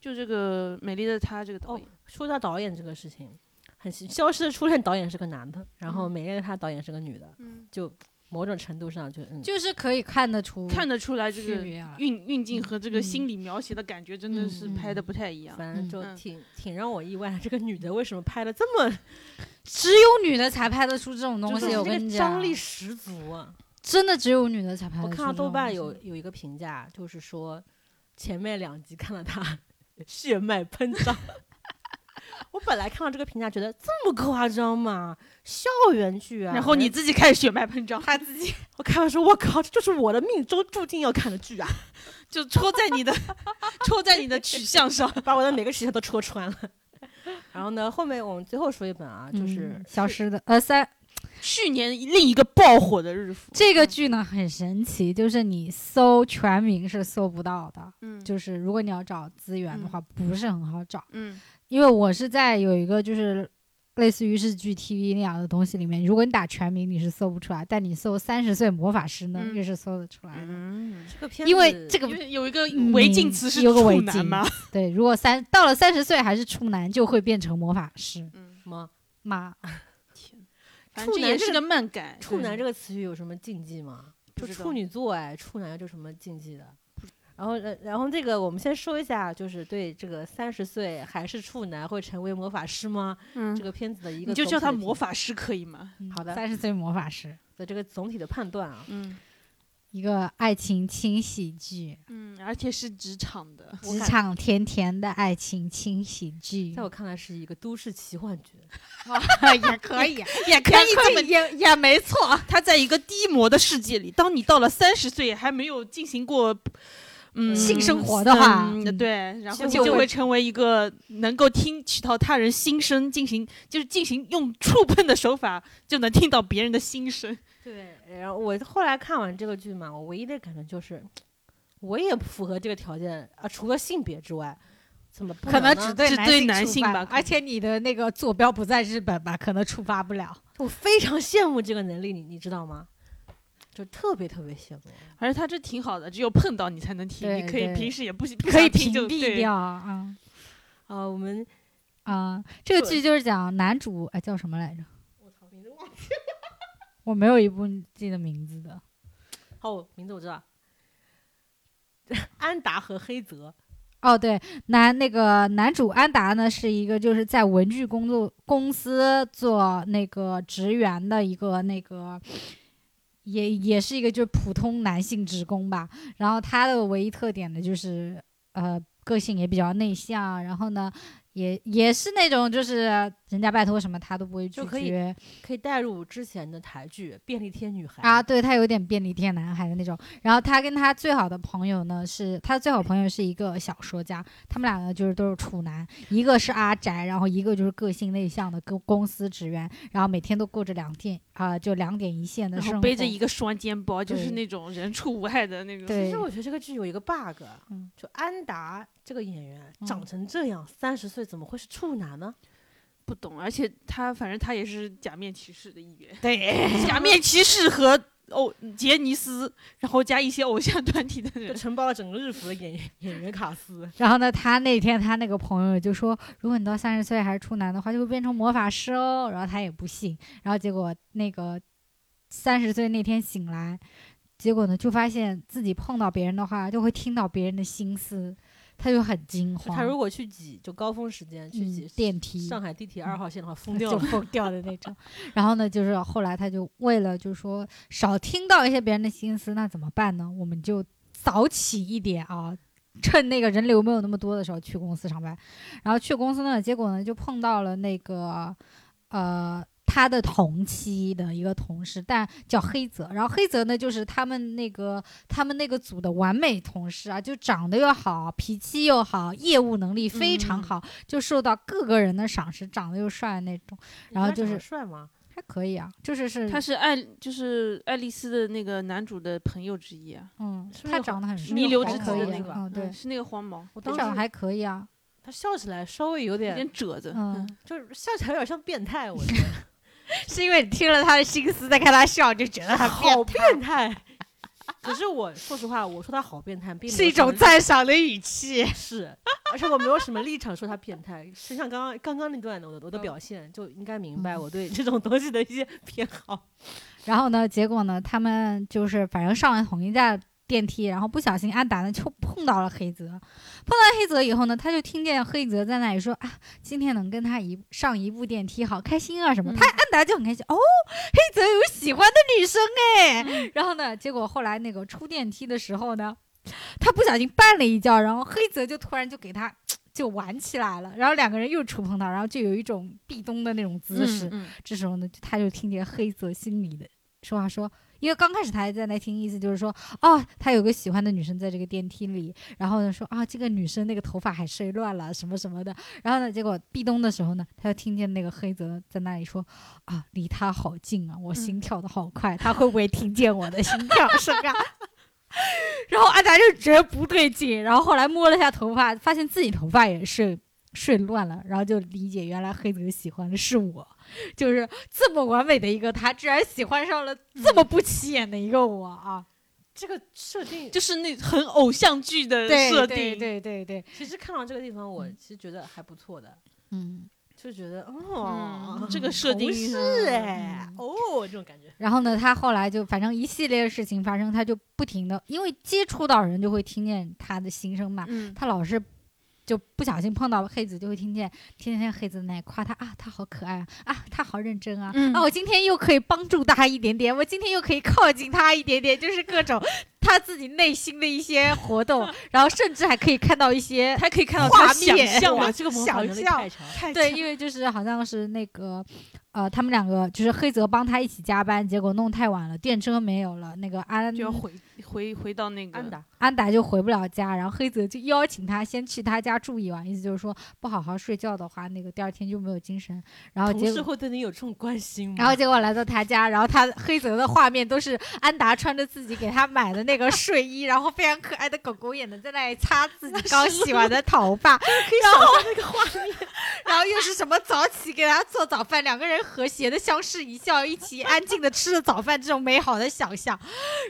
就这个美丽的她这个哦导演，说到导演这个事情，很奇消失的初恋导演是个男的，然后嗯美丽的他导演是个女的，嗯，就某种程度上就嗯，就是可以看得出看得出来这区个别啊。运运镜和这个嗯心理描写的感觉真的是嗯拍的不太一样。反正就嗯挺、挺让我意外，这个女的为什么拍的这么只有女的才拍得出这种东就西，是我这跟个你讲，张力十足啊！真的只有女的才拍得我出这种东看西。到豆瓣有有一个评价，就是说前面两集看了她血脉喷张， 我本来看到这个评价，觉得这么夸张吗？校园剧啊，然后你我自己开始血脉喷张，他自己我看完说，我靠，这就是我的命中注定要看的剧啊，就戳在你的戳在你的取向上。把我的每个时间都戳穿了。 然后呢，后面我们最后说一本啊，就是嗯消失的呃三去年另一个爆火的日服，这个剧呢很神奇，就是你搜全名是搜不到的，嗯就是如果你要找资源的话，不是很好找。嗯因为我是在有一个就是类似于日剧 TV 那样的东西里面，如果你打全名你是搜不出来，但你搜三十岁魔法师呢，嗯又是搜得出来的。嗯，这个片子，因为这个因为有一个嗯违禁词是有个处违男禁嘛，对，如果三到了三十岁还是处男，就会变成魔法师嗯，什么妈。反处正这男也这是个个漫改，哎处男对这个词语有什么禁忌吗？不就知道处女座哎，处男有什么禁忌的？然后，呃然后这个我们先说一下，就是对这个三十岁还是处男会成为魔法师吗？嗯这个片子的一个你就总叫体他的评魔法师可以吗？好的嗯三十岁魔法师，的这个总体的判断啊。嗯一个爱情轻喜剧，嗯，而且是职场的，我职感场甜甜的爱情轻喜剧在，我看来是一个都市奇幻剧， 也可以，也可 也可这以么也也没错。他在一个低模的世界里，当你到了三十岁还没有进行过。嗯，性生活的话嗯、对，然就后你会就会成为一个能够听取到他人心声，进行就是进行用触碰的手法就能听到别人的心声。对，然后我后来看完这个剧嘛，我唯一的感觉就是，我也不符合这个条件啊，除了性别之外，怎么不可能呢只对只男对性男触性发吧可而能且你的那个坐标不在日本吧，可能触发不了。我非常羡慕这个能力，你你知道吗？就特别特别羡慕。嗯而且他这挺好的，只有碰到你才能听，对你可以对平时也不不可以想屏听就蔽对掉啊嗯啊，我们啊、这个对剧就是讲男主哎叫什么来着？我没有一部记得名字的。哦，名字我知道， 安达和黑泽。哦，对，男那个男主安达呢，是一个就是在文具工作公司做那个职员的一个那个，也也是一个就是普通男性职工吧。然后他的唯一特点呢，就是呃，个性也比较内向，然后呢，也也是那种就是人家拜托什么他都不会拒就可以绝可以带入之前的台剧《便利贴女孩》啊，，对他有点便利贴男孩的那种。然后他跟他最好的朋友呢，是他最好朋友是一个小说家，他们俩呢就是都是处男，一个是阿宅，然后一个就是个性内向的公公司职员，然后每天都过着两点啊、就两点一线的然生后活，背着一个双肩包，就是对那种人畜无害的那种。其对实我觉得这个剧有一个 bug，、嗯就安达这个演员嗯长成这样，三十、岁怎么会是处男呢？不懂，而且他反正他也是假面骑士的一 员，对，假面骑士和偶杰尼斯，然后加一些偶像团体的就人。承包了整个日服的演员演员卡 司。然后呢，他那天他那个朋友就说，如果你到三十岁还是处男的话，就会变成魔法师哦。然后他也不信，然后结果那个三十岁那天醒来，结果呢就发现自己碰到别人的话，就会听到别人的心思，他就很惊就慌。他如果去挤，就高峰时间去挤嗯、电梯上海地铁嗯二号线的话，疯掉 就了。疯掉的那种。然后呢，就是后来他就为了就是说少听到一些别人的心思，那怎么办呢？我们就早起一点啊。趁那个人流没有那么多的时候去公司上班，然后去公司呢，结果呢就碰到了那个，呃，他的同期的一个同事，但叫黑泽。然后黑泽呢，就是他们那个他们那个组的完美同事啊，就长得又好，脾气又好，业务能力非常嗯好，就受到各个人的赏识，长得又帅那种，你然后看就长是得帅吗？还可以啊，就是是他是爱，就是爱丽丝的那个男主的朋友之一啊，嗯是，不是他长得很是那帅弥个留黄之还子可以的毛啊那那个，个嗯，对嗯，，是那个黄毛，我他当长得时还可以啊，他笑起来稍微有有点点，褶子，嗯，就是笑起来有点像变态，我觉得是因为你听了他的心思，在看他笑，就觉得他好变态。 可是我说实话，我说他好变态，并没有是一种什么赞赏的 语气。是，而且我没有什么立场说他变态，实际上刚刚刚刚那段的我的我的表现就应该明白嗯我对这种东西的一些偏好。然后呢，结果呢，他们就是反正上完同一架电梯，然后不小心安达呢就碰到了黑泽，碰到黑泽以后呢，他就听见黑泽在那里说啊，今天能跟他一上一部电梯，好开心啊什么。嗯他安达就很开心，哦，黑泽有喜欢的女生哎。然后呢，结果后来那个出电梯的时候呢，他不小心绊了一跤，然后黑泽就突然就给他就玩起来了。然后两个人又触碰到，然后就有一种壁咚的那种姿势。嗯这时候呢，他就听见黑泽心里的说话说。因为刚开始他还在那听，意思就是说，哦，他有个喜欢的女生在这个电梯里，然后呢说啊，这个女生那个头发还睡乱了什么什么的，然后呢，结果壁咚的时候呢，他就听见那个黑泽在那里说，啊，离他好近啊，我心跳的好快，他会不会听见我的心跳声啊？然后安达就觉得不对劲，然后后来摸了一下头发，发现自己头发也睡睡乱了，然后就理解原来黑泽喜欢的是我，就是这么完美的一个他，居然喜欢上了这么不起眼的一个我啊！这个设定就是那很偶像剧的对设对定，对对对，其实看到这个地方，我嗯其实觉得还不错的，嗯。就觉得嗯 哦，，这个设定同事哎嗯，哦，这种感觉。然后呢，他后来就反正一系列的事情发生，他就不停的，因为接触到人就会听见他的心声嘛，嗯，他老是就不小心碰到黑子，就会听见天天黑子来夸他啊，他好可爱啊，啊，他好认真啊，嗯啊，我今天又可以帮助他一点点，我今天又可以靠近他一点点，就是各种他自己内心的一些活 动，然后甚至还可以看到一些。还可以看到画他想面象哇，的这个模仿能力想象太强，对，因为就是好像是那个，呃，他们两个就是黑泽帮他一起加班，结果弄太晚了，电车没有了，那个安就要回回回到那个安达嗯安达就回不了家，然后黑泽就邀请他先去他家住一晚，意思就是说不好好睡觉的话，那个第二天就没有精神。然后同结事果，会对你有这种关心吗？然后结果来到他家，然后他黑泽的画面都是安达穿着自己给他买的那个睡衣，然后非常可爱的狗狗眼的在那里擦自己刚洗完的头 发，然后那个画面，然后又 是什么早起给他做早饭，两个人和谐的相视一笑，一起安静的吃着早饭，这种美好的想象，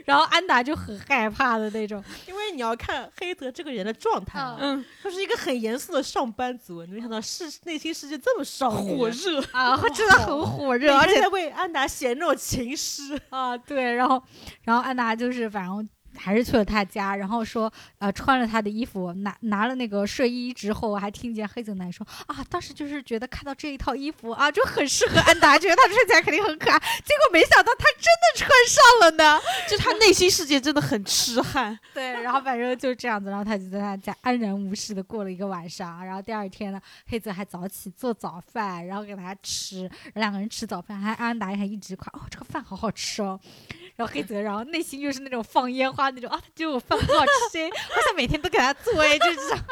然后安达就很害怕的那种。 因为你要看黑泽这个人的状态啊，嗯他是一个很严肃的上班族，你没想到世内心世界这么少女火热，啊，真的很火 热，而每且天在为安达写那种情 诗，啊，对，然后然后安达就是反正还是去了他家，然后说呃穿了他的衣服，拿拿了那个睡衣之后，还听见黑泽男说啊，当时就是觉得看到这一套衣服啊就很适合安 达，觉得他穿起来肯定很可爱，结果没想到他真的穿上了呢。就他内心世界真的很痴汉， 对，然后反正就这样子，然后他就在他家安然无事的过了一个晚上。然后第二天呢，黑泽还早起做早饭，然后给他吃，两个人吃早饭，还安达还一直夸哦这个饭好好吃哦。 然后黑泽，然后内心又是那种放烟花那种 啊，他觉得我饭不好吃哎， 好想每天都给他做哎，就是这样。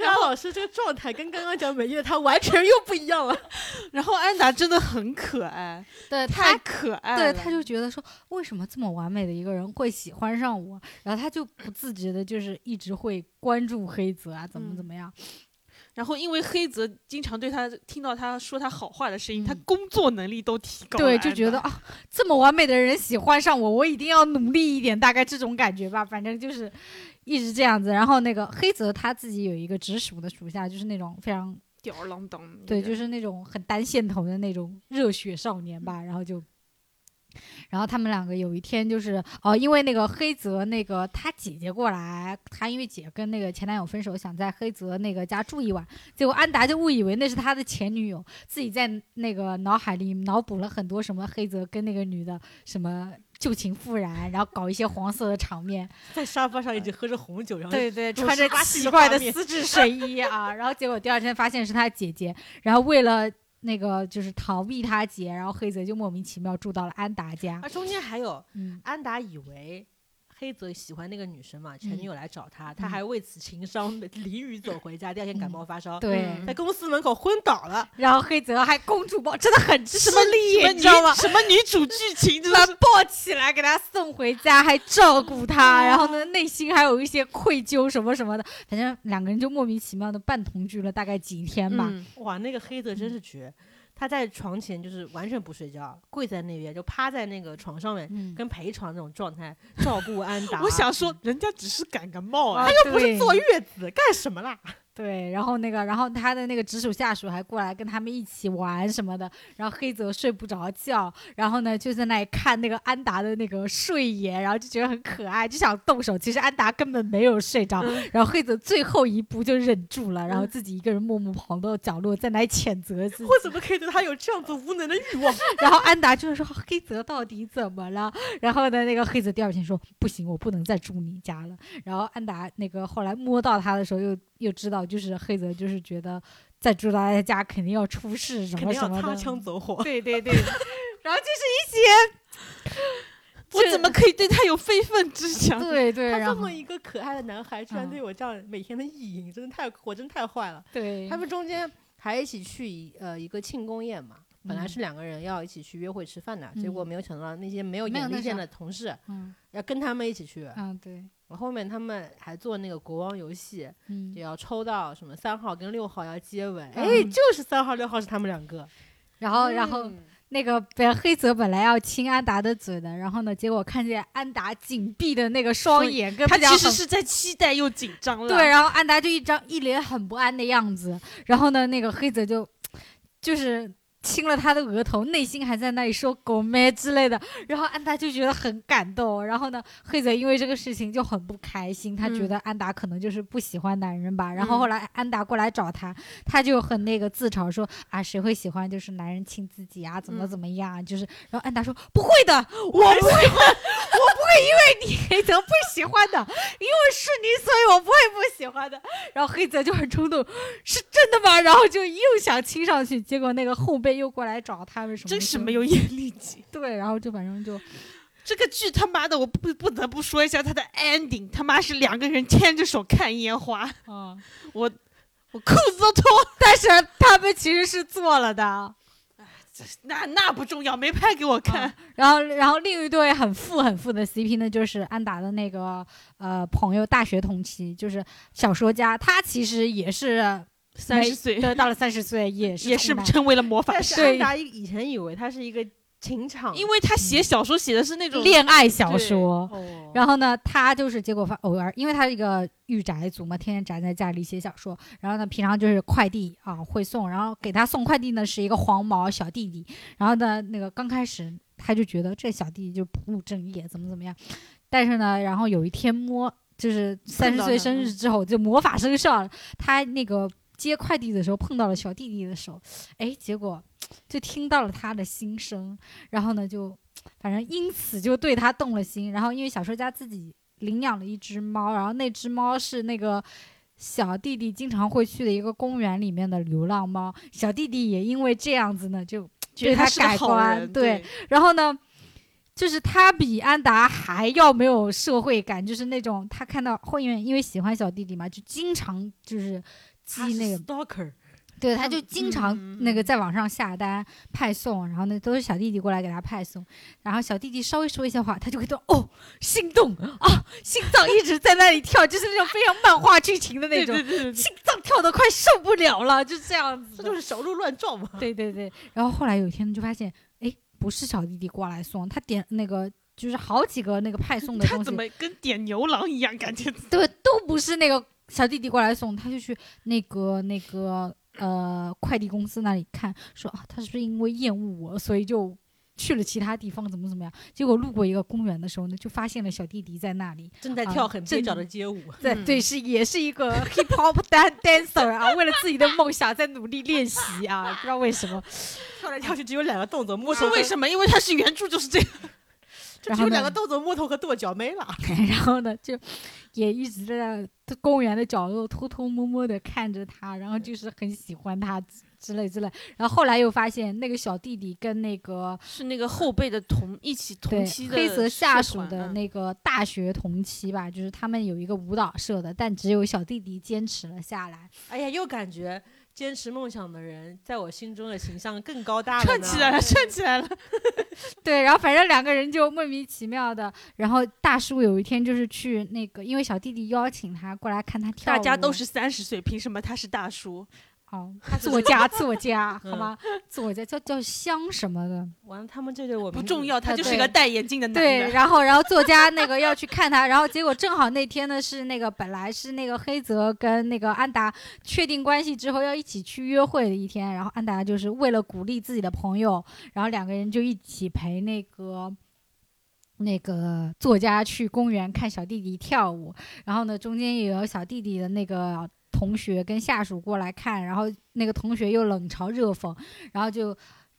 然后老师这个状态跟刚刚讲美丽的他完全又不一样了。然后安达真的很可爱，对太可爱对，了，他就觉得说，为什么这么完美的一个人会喜欢上我？然后他就不自觉的，就是一直会关注黑泽啊，怎么嗯怎么样。然后因为黑泽经常对他听到他说他好话的声嗯音，他工作能力都提高了，对，安达就觉得啊，这么完美的人喜欢上我，我一定要努力一点，大概这种感觉吧。反正就是一直这样子。然后那个黑泽他自己有一个直属的属下，就是那种非常吊儿郎当，对，就是是那种很单线头的那种热血少年吧。然后就，然后他们两个有一天就是哦、因为那个黑泽那个他姐姐过来，他因为姐跟那个前男友分手，想在黑泽那个家住一晚，结果安达就误以为那是他的前女友，自己在那个脑海里脑补了很多什么黑泽跟那个女的什么。旧情复燃，然后搞一些黄色的场面， 在沙发上一直喝着红酒，然后 对对，都 穿是着八十奇的怪画的面丝质睡衣啊，然后结果第二天发现是他姐姐，然后为了那个就是逃避他姐，然后黑泽就莫名其妙住到了安达家啊，，中间还有嗯，安达以为黑泽喜欢那个女生嘛，前女友来找他，他嗯还为此情伤淋雨走回家，第二天感冒发烧，对，在公司门口昏倒了。然后黑泽还公主抱，真的很吃 什么力，你女知道吗？什么女主剧情，真把的他是抱起来，给他送回家，还照顾他，然后呢，内心还有一些愧疚什么什么的，反正两个人就莫名其妙的半同居了大概几天吧，嗯哇，那个黑泽真是绝，他在床前就是完全不睡觉，跪在那边就趴在那个床上面，嗯，跟陪床那种状态照顾 安达。我想说，人家只是感个冒啊他，又不是坐月子，干什么啦？对，然后那个，然后他的那个直属下属还过来跟他们一起玩什么的，然后黑泽睡不着觉，然后呢就在那里看那个安达的那个睡颜，然后就觉得很可爱，就想动手。其实安达根本没有睡着，嗯然后黑泽最后一步就忍住了，然后嗯自己一个人默默跑到角落，在那里谴责自己。我怎么可以对他有这样子无能的欲 望？然后安达就说：“黑泽到底怎么了？”然后呢，那个黑泽第二天说：“不行，我不能再住你家了。”然后安达那个后来摸到他的时候又，又知道到，就是黑泽就是觉得在朱大爷家肯定要出事什肯么定什要么擦的，枪走火。对对对，然后就是我怎么可以对他有非分之想？对对， 他然这后么一个可爱的男孩，居然嗯对我这样每天的意淫，真的太我真太坏了。嗯对他们中间还一起去一呃一个庆功宴嘛，嗯本来是两个人要一起去约会吃饭的，结果嗯没有想到那些没有没有眼那力见啥的同事嗯要跟他们一起去。嗯对我后面他们还做那个国王游戏，嗯就要抽到什么三号跟六号要接吻，哎、嗯就是三号六号是他们两个，然后然后嗯那个本黑泽本来要亲安达的嘴的，然后呢，结果看见安达紧闭的那个双眼，跟他不讲其实很是在期待又紧张了。对，，然后安达就一张一脸很不安的样子，然后呢，那个黑泽就就是亲了他的额头，内心还在那里说“狗妹”之类的，然后安达就觉得很感动，然后呢，黑泽因为这个事情就很不开心，他觉嗯得安达可能就是不喜欢男人吧，然后嗯后来安达过来找他，他就很那个自嘲说啊，谁会喜欢就是男人亲自己啊，怎么嗯怎么样啊，就是，然后安达说不会的，我不会， 我不会因为你黑泽不喜欢的，因为是你，所以我不会不喜欢的。然后黑泽就很冲动，是真的吗？然后就又想亲上去，结果那个后辈又过来找他们什么，真是没有眼力见。对，然后就反正就这个剧他妈的，我不不得不说一下他的 ending，他妈是两个人牵着手看烟花，啊，我裤子都脱了。但是他们其实是做了 的。那那不重要，没拍给我看。啊然后，然后另一对很富很富的 CP 呢，就是安达的那个呃朋友，大学同期，就是小说家，他其实也是三十岁哎对，到了三十岁也是也是从男成为了魔法但师，是对安达以前以为他是一个情场，因为他写小说写的是那种恋爱小说。哦，然后呢，他就是结果发偶尔，因为他是一个御宅族嘛，天天宅在家里写小说。然后呢，平常就是快递啊会送，然后给他送快递呢是一个黄毛小弟弟。然后呢，那个刚开始他就觉得这小弟弟就不务正业，怎么怎么样。但是呢，然后有一天摸，就是三碰十到岁他生日之后就魔法生效了。他那个接快递的时候碰到了小弟弟的手，哎，结果就听到了他的心声，然后呢就反正因此就对他动了心。 然后因为小说家自己领养了一只猫，然后那只猫是那个。小弟弟经常会去的一个公园里面的流浪猫，小弟弟也因为这样子呢，就觉对得他是个改好观人，对对然后呢，就是他比安达还要没有社会感，就是那种他看到后面因为喜欢小弟弟嘛，就经常就是他寄那是个 stalker，对，嗯他就经常那个在网上下单派送，然后呢都是小弟弟过来给他派送，然后小弟弟稍微说一些话，他就会说哦心动啊，心脏一直在那里跳，就是那种非常漫画剧情的那种对，对对对心脏跳得快受不了了，就这样子这的。就是小鹿乱撞嘛。对对对， 然后后来有一天就发现，哎，不是小弟弟过来送，他点那个就是好几个那个派送的他东西怎，么跟点牛郎一样，感觉对，都不是那个小弟弟过来送，他就去那个那个呃快递公司那里看，说啊，他是不是因为厌恶我，所以就去了其他地方，怎么怎么样？结果路过一个公园的时候呢，就发现了小弟弟在那里， 正在啊跳很蹩正脚的街舞。在、对是也是一个 hip hop dan- dancer 啊，为了自己的梦想在努力练习啊，不知道为什 么。跳来跳去只有两个动作，摸不是头和为什么，因为他是原著就是这样。就然只后有呢两个动作，摸头和跺脚没了。然后呢，就也一直在那公园的角落偷偷摸摸的看着他，然后就是很喜欢他之之类之类。然后后来又发现那个小弟弟跟那个是那个后辈的同一起对同期的黑泽下属社团的嗯那个大学同期吧，就是他们有一个舞蹈社的，但只有小弟弟坚持了下来。哎呀，又感觉坚持梦想的人，在我心中的形象更高大了。串起来，了，串起来了。对，然后反正两个人就莫名其妙的。然后大叔有一天就是去那个，因为小弟弟邀请他过来看他跳大舞，家都是三十岁，凭什么他是大叔？哦，自我加自我加，嗯好吗？自我加叫叫香什么的，完了，他们这对我不名字重要，他啊就是对个戴眼镜的男对，的。然后然后作家那个要去看他，然后结果正好那天呢是那个本来是那个黑泽跟那个安达确定关系之后要一起去约会的一天，然后安达就是为了鼓励自己的朋友，然后两个人就一起陪那个。那个作家去公园看小弟弟跳舞，然后呢，中间也有小弟弟的那个同学跟下属过来看，然后那个同学又冷嘲热讽，然后就，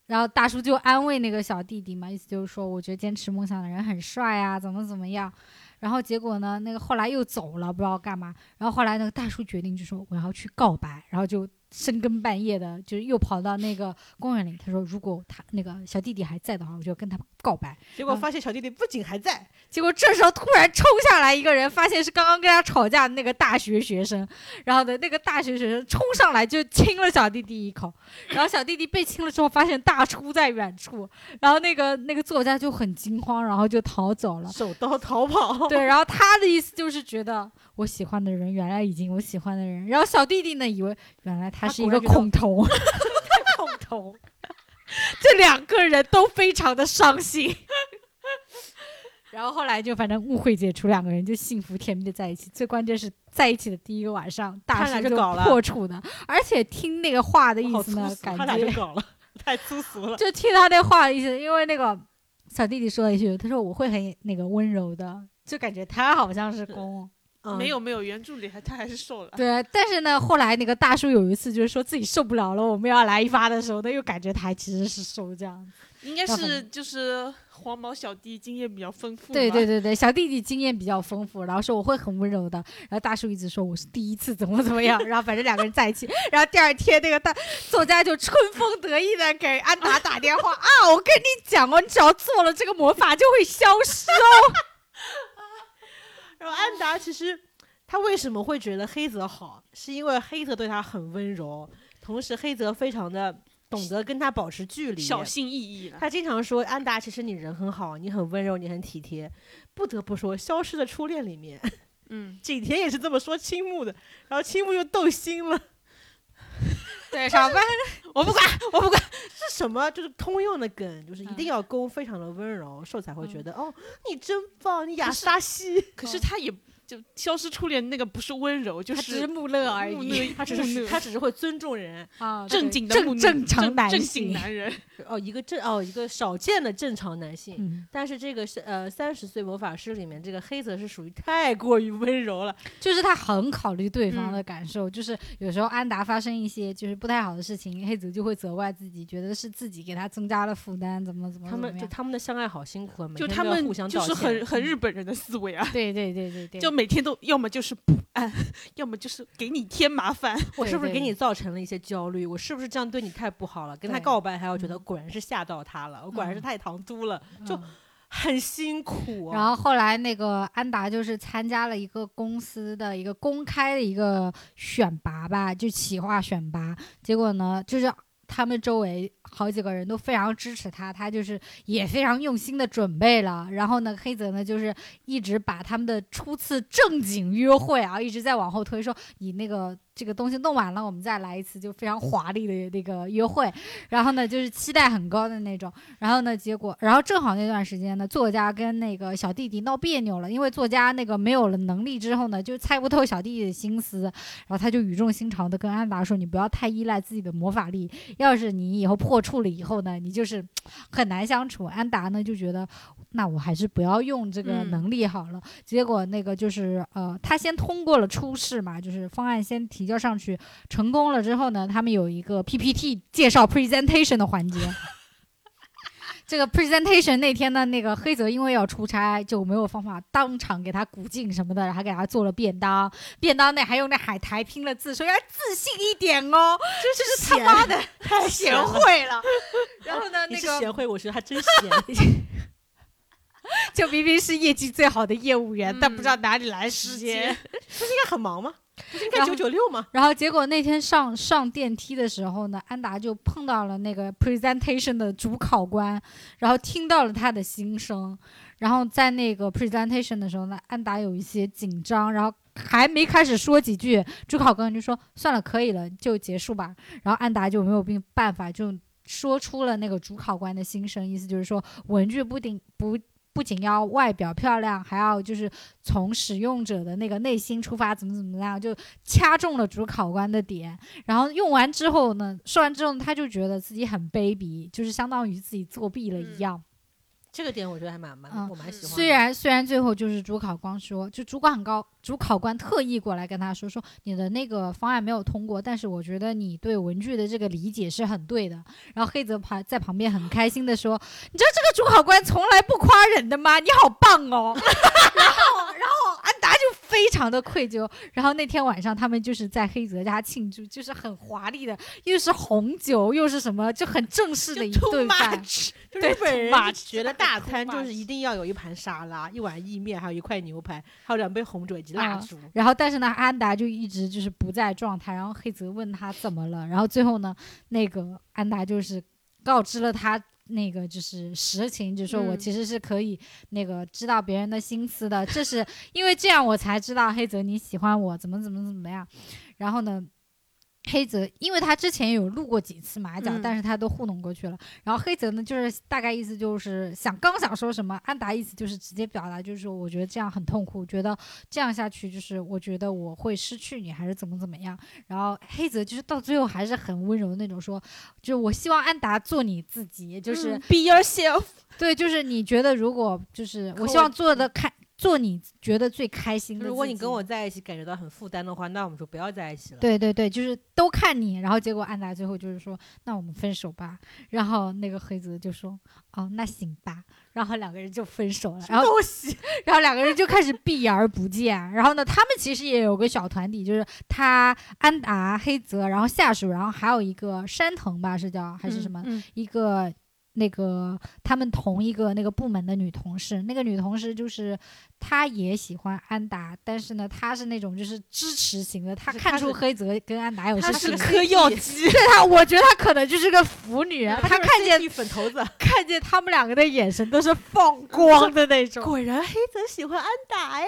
然后大叔就安慰那个小弟弟嘛，意思就是说，我觉得坚持梦想的人很帅啊，怎么怎么样。然后结果呢，那个后来又走了，不知道干嘛。然后后来那个大叔决定就说我要去告白，然后就深更半夜的，就是又跑到那个公园里。他说如果他那个小弟弟还在的话，我就要跟他告白。结果嗯发现小弟弟不仅还在，结果这时候突然冲下来一个人，发现是刚刚跟他吵架的那个大学学生，然后呢，那个大学学生冲上来就亲了小弟弟一口，然后小弟弟被亲了之后，发现大叔在远处，然后那个那个作家就很惊慌，然后就逃走了。手刀逃跑。对，然后他的意思就是觉得我喜欢的人原来已经有喜欢的人，然后小弟弟呢以为原来他他是一果个然觉得恐 同，恐同， 这两个人都非常的伤心。 然后后来就反正误会解除，两个人就幸福甜蜜的在一起。最关键是在一起的第一个晚上，大他俩师就就搞了破处的，而且听那个话的意好思粗呢，俗，感他俩觉就搞了，太粗俗了。就听他那话的意思，因为那个小弟弟说了一句，他说我会很那个温柔的，就感觉他好像是 公。嗯没有没有，原著里还他还是瘦了。对，但是呢，后来那个大叔有一次就是说自己受不了了，我们要来一发的时候，他又感觉他其实是瘦这样。应该要是很就是黄毛小弟经验比较丰富吧，对对对对，小弟弟经验比较丰富，然后说我会很温柔的，然后大叔一直说我是第一次怎么怎么样，然后反正两个人在一起，然后第二天那个大作家就春风得意的给安达打电话啊，我跟你讲哦，你只要做了这个魔法就会消失哦。然后安达其实他为什么会觉得黑泽好，是因为黑泽对他很温柔，同时黑泽非常的懂得跟他保持距离。小心翼翼了。他经常说安达，其实你人很好，你很温柔，你很体贴。不得不说，《消失的初恋》里面， 嗯，景甜也是这么说青木的，然后青木就斗心了。对，上班 我不管，我不管。这什么就是通用的梗，就是一嗯定要攻非常的温柔，受才会觉得、哦，你真棒，你雅莎西。可是他也就消失初恋那个不是温柔，就他只是是穆勒而木已讷，他只 是他只是会尊重人啊，正对经的木正讷正常男正性经。男人。哦，一个正哦一个少见的正常男性，嗯，但是这个是呃三十岁魔法师里面这个黑泽是属于太过于温柔了，就是他很考虑对方的嗯感受，就是有时候安达发生一些就是不太好的事情，黑子就会责怪自己，觉得是自己给他增加了负担，怎么怎么他怎么们就样。他们的相爱好辛苦啊，每就天他都要们互相就道是歉，很很日本人的思维啊，对对对对对，就每天都要么就是不安，要么就是给你添麻烦。我是不是对给对你造成了一些焦虑？我是不是这样对你太不好了？跟他对告白还要觉得嗯果然是吓到他了，我果然是嗯太唐突了，就嗯很辛苦、哦然后后来那个安达就是参加了一个公司的一个公开的一个选拔吧，就企划选拔，结果呢就是。他们周围好几个人都非常支持他，他就是也非常用心的准备了。然后呢，黑泽呢就是一直把他们的初次正经约会啊，一直在往后推，说你那个这个东西弄完了，我们再来一次就非常华丽的那个约会。然后呢，就是期待很高的那种。然后呢，结果，然后正好那段时间呢，作家跟那个小弟弟闹别扭了，因为作家那个没有了能力之后呢，就猜不透小弟弟的心思，然后他就语重心长的跟安达说：“你不要太依赖自己的魔法力，要是你以后破处了以后呢，你就是很难相处。”安达呢就觉得，那我还是不要用这个嗯能力好了。结果那个就是呃，他先通过了初试嘛，就是方案先提交上去，成功了之后呢，他们有一个 PPT 介绍 presentation 的环节。 这个 presentation 那天呢，那个黑泽因为要出差，就没有办法当场给他鼓劲什么的，还给他做了便当，便当内还用那海苔拼了字，说要自信一点哦，这是他妈的太贤了。惠哎 了。然后呢，你那是个贤惠，我觉得他真 贤。就明明是业绩最好的业务员，但不知道嗯哪里来时间。 不是应该很忙吗？不是应该然九后九六吗？然后结果那天上上电梯的时候呢，安达就碰到了那个 presentation 的主考官，然后听到了他的心声。然后在那个 presentation 的时候呢，安达有一些紧张，然后还没开始说几句，主考官就说：“算了，可以了，就结束吧。”然后安达就没有并办法，就说出了那个主考官的心声，意思就是说，文具不顶不。不仅要外表漂亮，还要就是从使用者的那个内心出发，怎么怎么样，就掐中了主考官的点，然后用完之后呢，说完之后呢他就觉得自己很卑鄙，就是相当于自己作弊了一样。这个点我觉得还蛮蛮、嗯我蛮喜欢的。虽然虽然最后就是主考官说，就主管高主考官特意过来跟他说，说你的那个方案没有通过，但是我觉得你对文具的这个理解是很对的。然后黑泽旁在旁边很开心 的说，你知道这个主考官从来不夸人的吗？你好棒哦。然后然非常的愧疚。然后那天晚上他们就是在黑泽家庆祝，就是很华丽的，又是红酒，又是什么，就很正式的一顿饭。 就对日本人 too much，就觉得大餐 too 就是一 much 定要有一盘沙拉、一碗意面，还有一块牛排，还有两杯红酒以及蜡啊烛。然后，但是呢，安达就一直就是不在状态。然后黑泽问他怎么了，然后最后呢，那个安达就是告知了他那个就是实情，就说我嗯其实是可以那个知道别人的心思的，这是因为这样我才知道黑泽你喜欢我，怎么怎么怎么样。然后呢，黑泽因为他之前有露过几次马脚，嗯但是他都糊弄过去了。然后黑泽呢，就是大概意思就是想刚想说什么，安达意思就是直接表达就是说，我觉得这样很痛苦，觉得这样下去就是我觉得我会失去你，还是怎么怎么样。然后黑泽就是到最后还是很温柔的那种说，就我希望安达做你自己，嗯就是、 be yourself，对，就是你觉得如果就是可我我希望做的开。做你觉得最开心的自己。如果你跟我在一起感觉到很负担的话，那我们就不要在一起了。对对对，就是都看你，然后结果安达最后就是说，那我们分手吧。然后那个黑子就说，哦，那行吧。然后两个人就分手了，然后 然后两个人就开始避而不见。然后呢，他们其实也有个小团体，就是他、安达、黑泽，然后下属，然后还有一个山藤吧，是叫还是什么、嗯一个。那个他们同一个那个部门的女同事，那个女同事就是她也喜欢安达，但是呢，她是那种就是支持型的，她就是看她出是黑泽跟安达有她些是什个么，嗑药机， 对她，我觉得她可能就是个腐女，啊她看见见粉头 子，看见他们两个的眼神都是放光的那种，果然黑泽喜欢安达哎。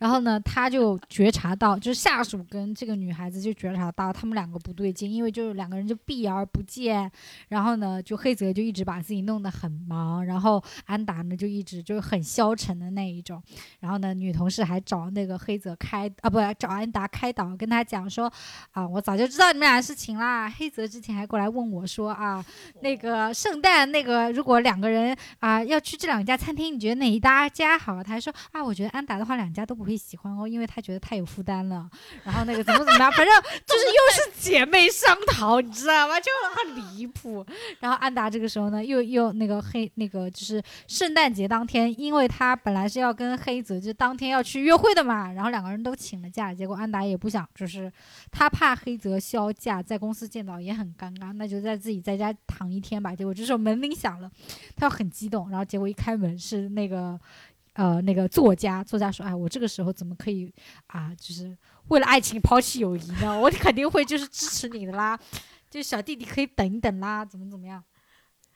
然后呢，他就觉察到，就是下属跟这个女孩子就觉察到他们两个不对劲，因为就是两个人就避而不见。然后呢，就黑泽就一直把自己弄得很忙，然后安达呢就一直就是很消沉的那一种。然后呢，女同事还找那个黑泽开啊，不找安达开导，跟他讲说啊，我早就知道你们俩的事情啦。黑泽之前还过来问我说啊，那个圣诞那个如果两个人啊，要去这两家餐厅，你觉得哪一家家好？他还说啊，我觉得安达的话两家都不会喜欢哦，因为他觉得太有负担了。然后那个怎么怎么样，反正就是又是姐妹商讨，你知道吗？就很离谱。然后安达这个时候呢，又又那个黑那个就是圣诞节当天，因为他本来是要跟黑泽就当天要去约会的嘛，然后两个人都请了假，结果安达也不想，就是他怕黑泽休假在公司见到也很尴尬，那就在自己在家躺一天吧。结果这时候门铃响了。他很激动，然后结果一开门是那个呃那个作家，作家说：“哎，我这个时候怎么可以啊？就是为了爱情抛弃友谊呢？我肯定会就是支持你的啦，就小弟弟可以等一等啦，怎么怎么样。”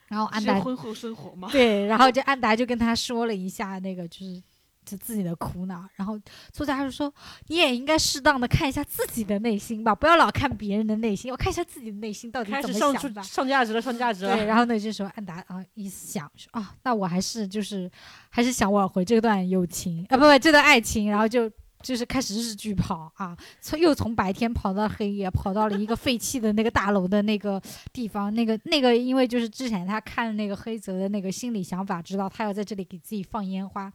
然后安是达婚后生 活吗？ 对，然后就安达就跟他说了一下那个就是。就自己的苦恼，然后作家就说：“你也应该适当的看一下自己的内心吧，不要老看别人的内心，要看一下自己的内心到 底开怎始么上想出吧。”上价值了，上价值对，了。然后呢，这时候安达啊一想说啊，那我还是就是还是想挽回这段友情啊，不不这段爱情，然后就就是开始日剧跑啊，从又从白天跑到黑夜，跑到了一个废弃的那个大楼的那个地方，那个那个因为就是之前他看那个黑泽的那个心理想法，知道他要在这里给自己放烟花，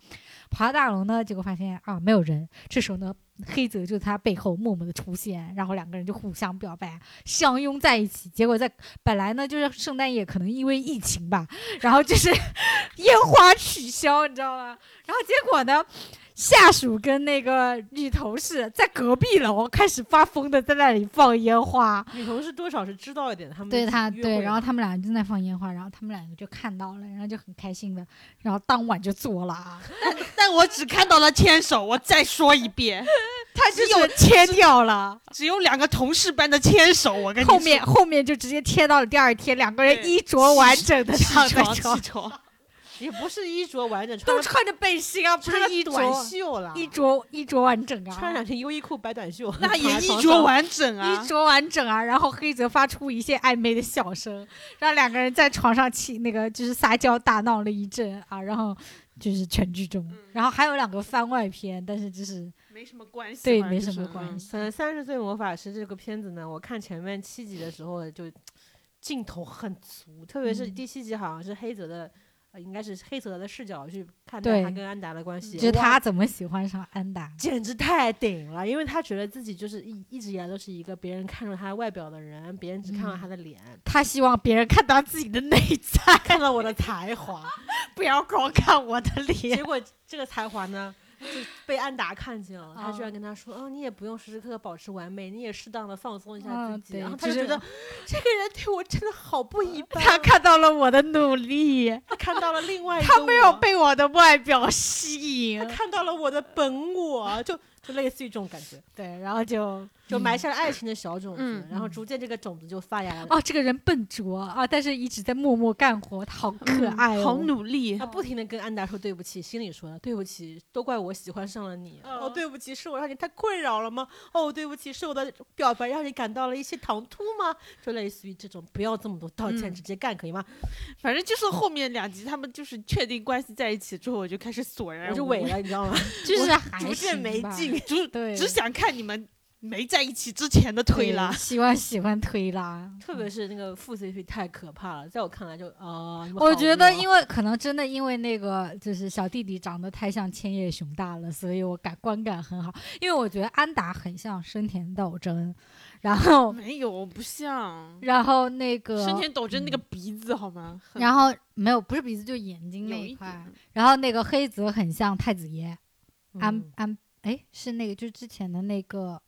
跑到大楼呢，结果发现啊没有人，这时候呢。黑泽就在他背后默默的出现，然后两个人就互相表白，相拥在一起。结果在本来呢就是圣诞夜，可能因为疫情吧， 然后就是烟花取消，你知道吗？然后结果呢，下属跟那个女同事在隔壁楼开始发疯的在那里放烟花，女同事多少是知道一点，他们对他约会对，然后的他们俩正在放烟花，然后他们两个就看到了，然后就很开心的，然后当晚就做了啊，但我只看到了牵手，我再说一遍，他就是哎切掉了，只有两个同事般的牵手，我跟你后面后面就直接贴到了第二天， 两个人对衣着完整的起躺在床床起 床，也不是衣着完整，穿 都了穿着背心啊，不穿是了衣着短袖了，衣着衣着完整啊，穿两件优衣库白短袖，那也躺在衣床着上完整啊衣，着完整啊，然后黑泽发出一些暧昧的笑声，让两个人在床上起那个就是撒娇大闹了一阵啊，然后就是全剧终，嗯然后还有两个番外篇，但是就是没什么关系嘛，对没就什是么关。系，嗯，三十岁魔法师这个片子呢，我看前面七集的时候就镜头很足，特别是嗯第七集好像是黑泽的，呃应该是黑泽的视角去看对嗯待他跟安达的关系，就是哇他怎么喜欢上安达，简直太顶了，因为他觉得自己就是一一直以来都是一个别人看中他外表的人，别人只看到嗯他的脸， 他希望别人看到自己的内在，看到我的才华，不要光看我的脸。结果这个才华呢，被安达看见了，他居嗯然跟他说：“哦，你也不用时时刻刻保持完美，你也适当的放松一下嗯，自己。对，然后他只就是觉得这个人对我真的好不一般啊， 他看到了我的努力，他看到了另外一个他没有我被我的外表吸他引，看到了我的本我，就就类似于这种感觉， 对，然后就就嗯埋下了爱情的小种子，嗯然后逐渐这个种子就发芽了，哦，这个人笨拙啊，但是一直在默默干活，他好可嗯爱、哦好努力他，不停的跟安达说对不起，心里说了对不起，都怪我喜欢上了你。嗯哦，对不起，是我让你太困扰了吗？哦，对不起，是我的表白让你感到了一些唐突吗？就类似于这种，不要这么多道歉，嗯直接干可以吗？反正就是后面两集他们就是确定关系在一起之后，我就开始索然哎我就无萎 味，了，你知 道吗？就是还逐渐行没吧劲，就对，只想看你们没在一起之前的推对拉。喜欢喜欢推拉，特别是那个副 CP 太可怕了，在我看来就啊，你们我好觉得，无聊因为可能真的因为那个就是小弟弟长得太像千叶熊大了，所以我感观感很好。因为我觉得安达很像生田斗真，然后没有，不像然后那个嗯深田斗真那个鼻子好吗？很然后没有不是鼻子就眼睛那有一块点，，然后那个黑泽很像太子爷，安嗯安哎是那个就之前的那个。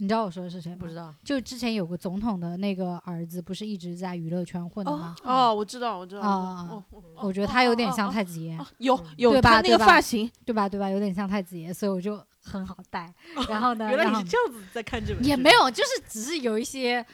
你知道我说的是谁吗？不知，道就之前有个总统的那个儿子，不是一直在娱乐圈混的吗？哦，我知道，我知道，啊哦哦我觉得他有点像哦哦太子爷，哦哦有嗯有对吧他那对个吧发型，对吧？对吧？有点像太子爷，所以我就很好带。然后 呢，原来然你后是这样子在看这本剧，也没有，就是只是有一些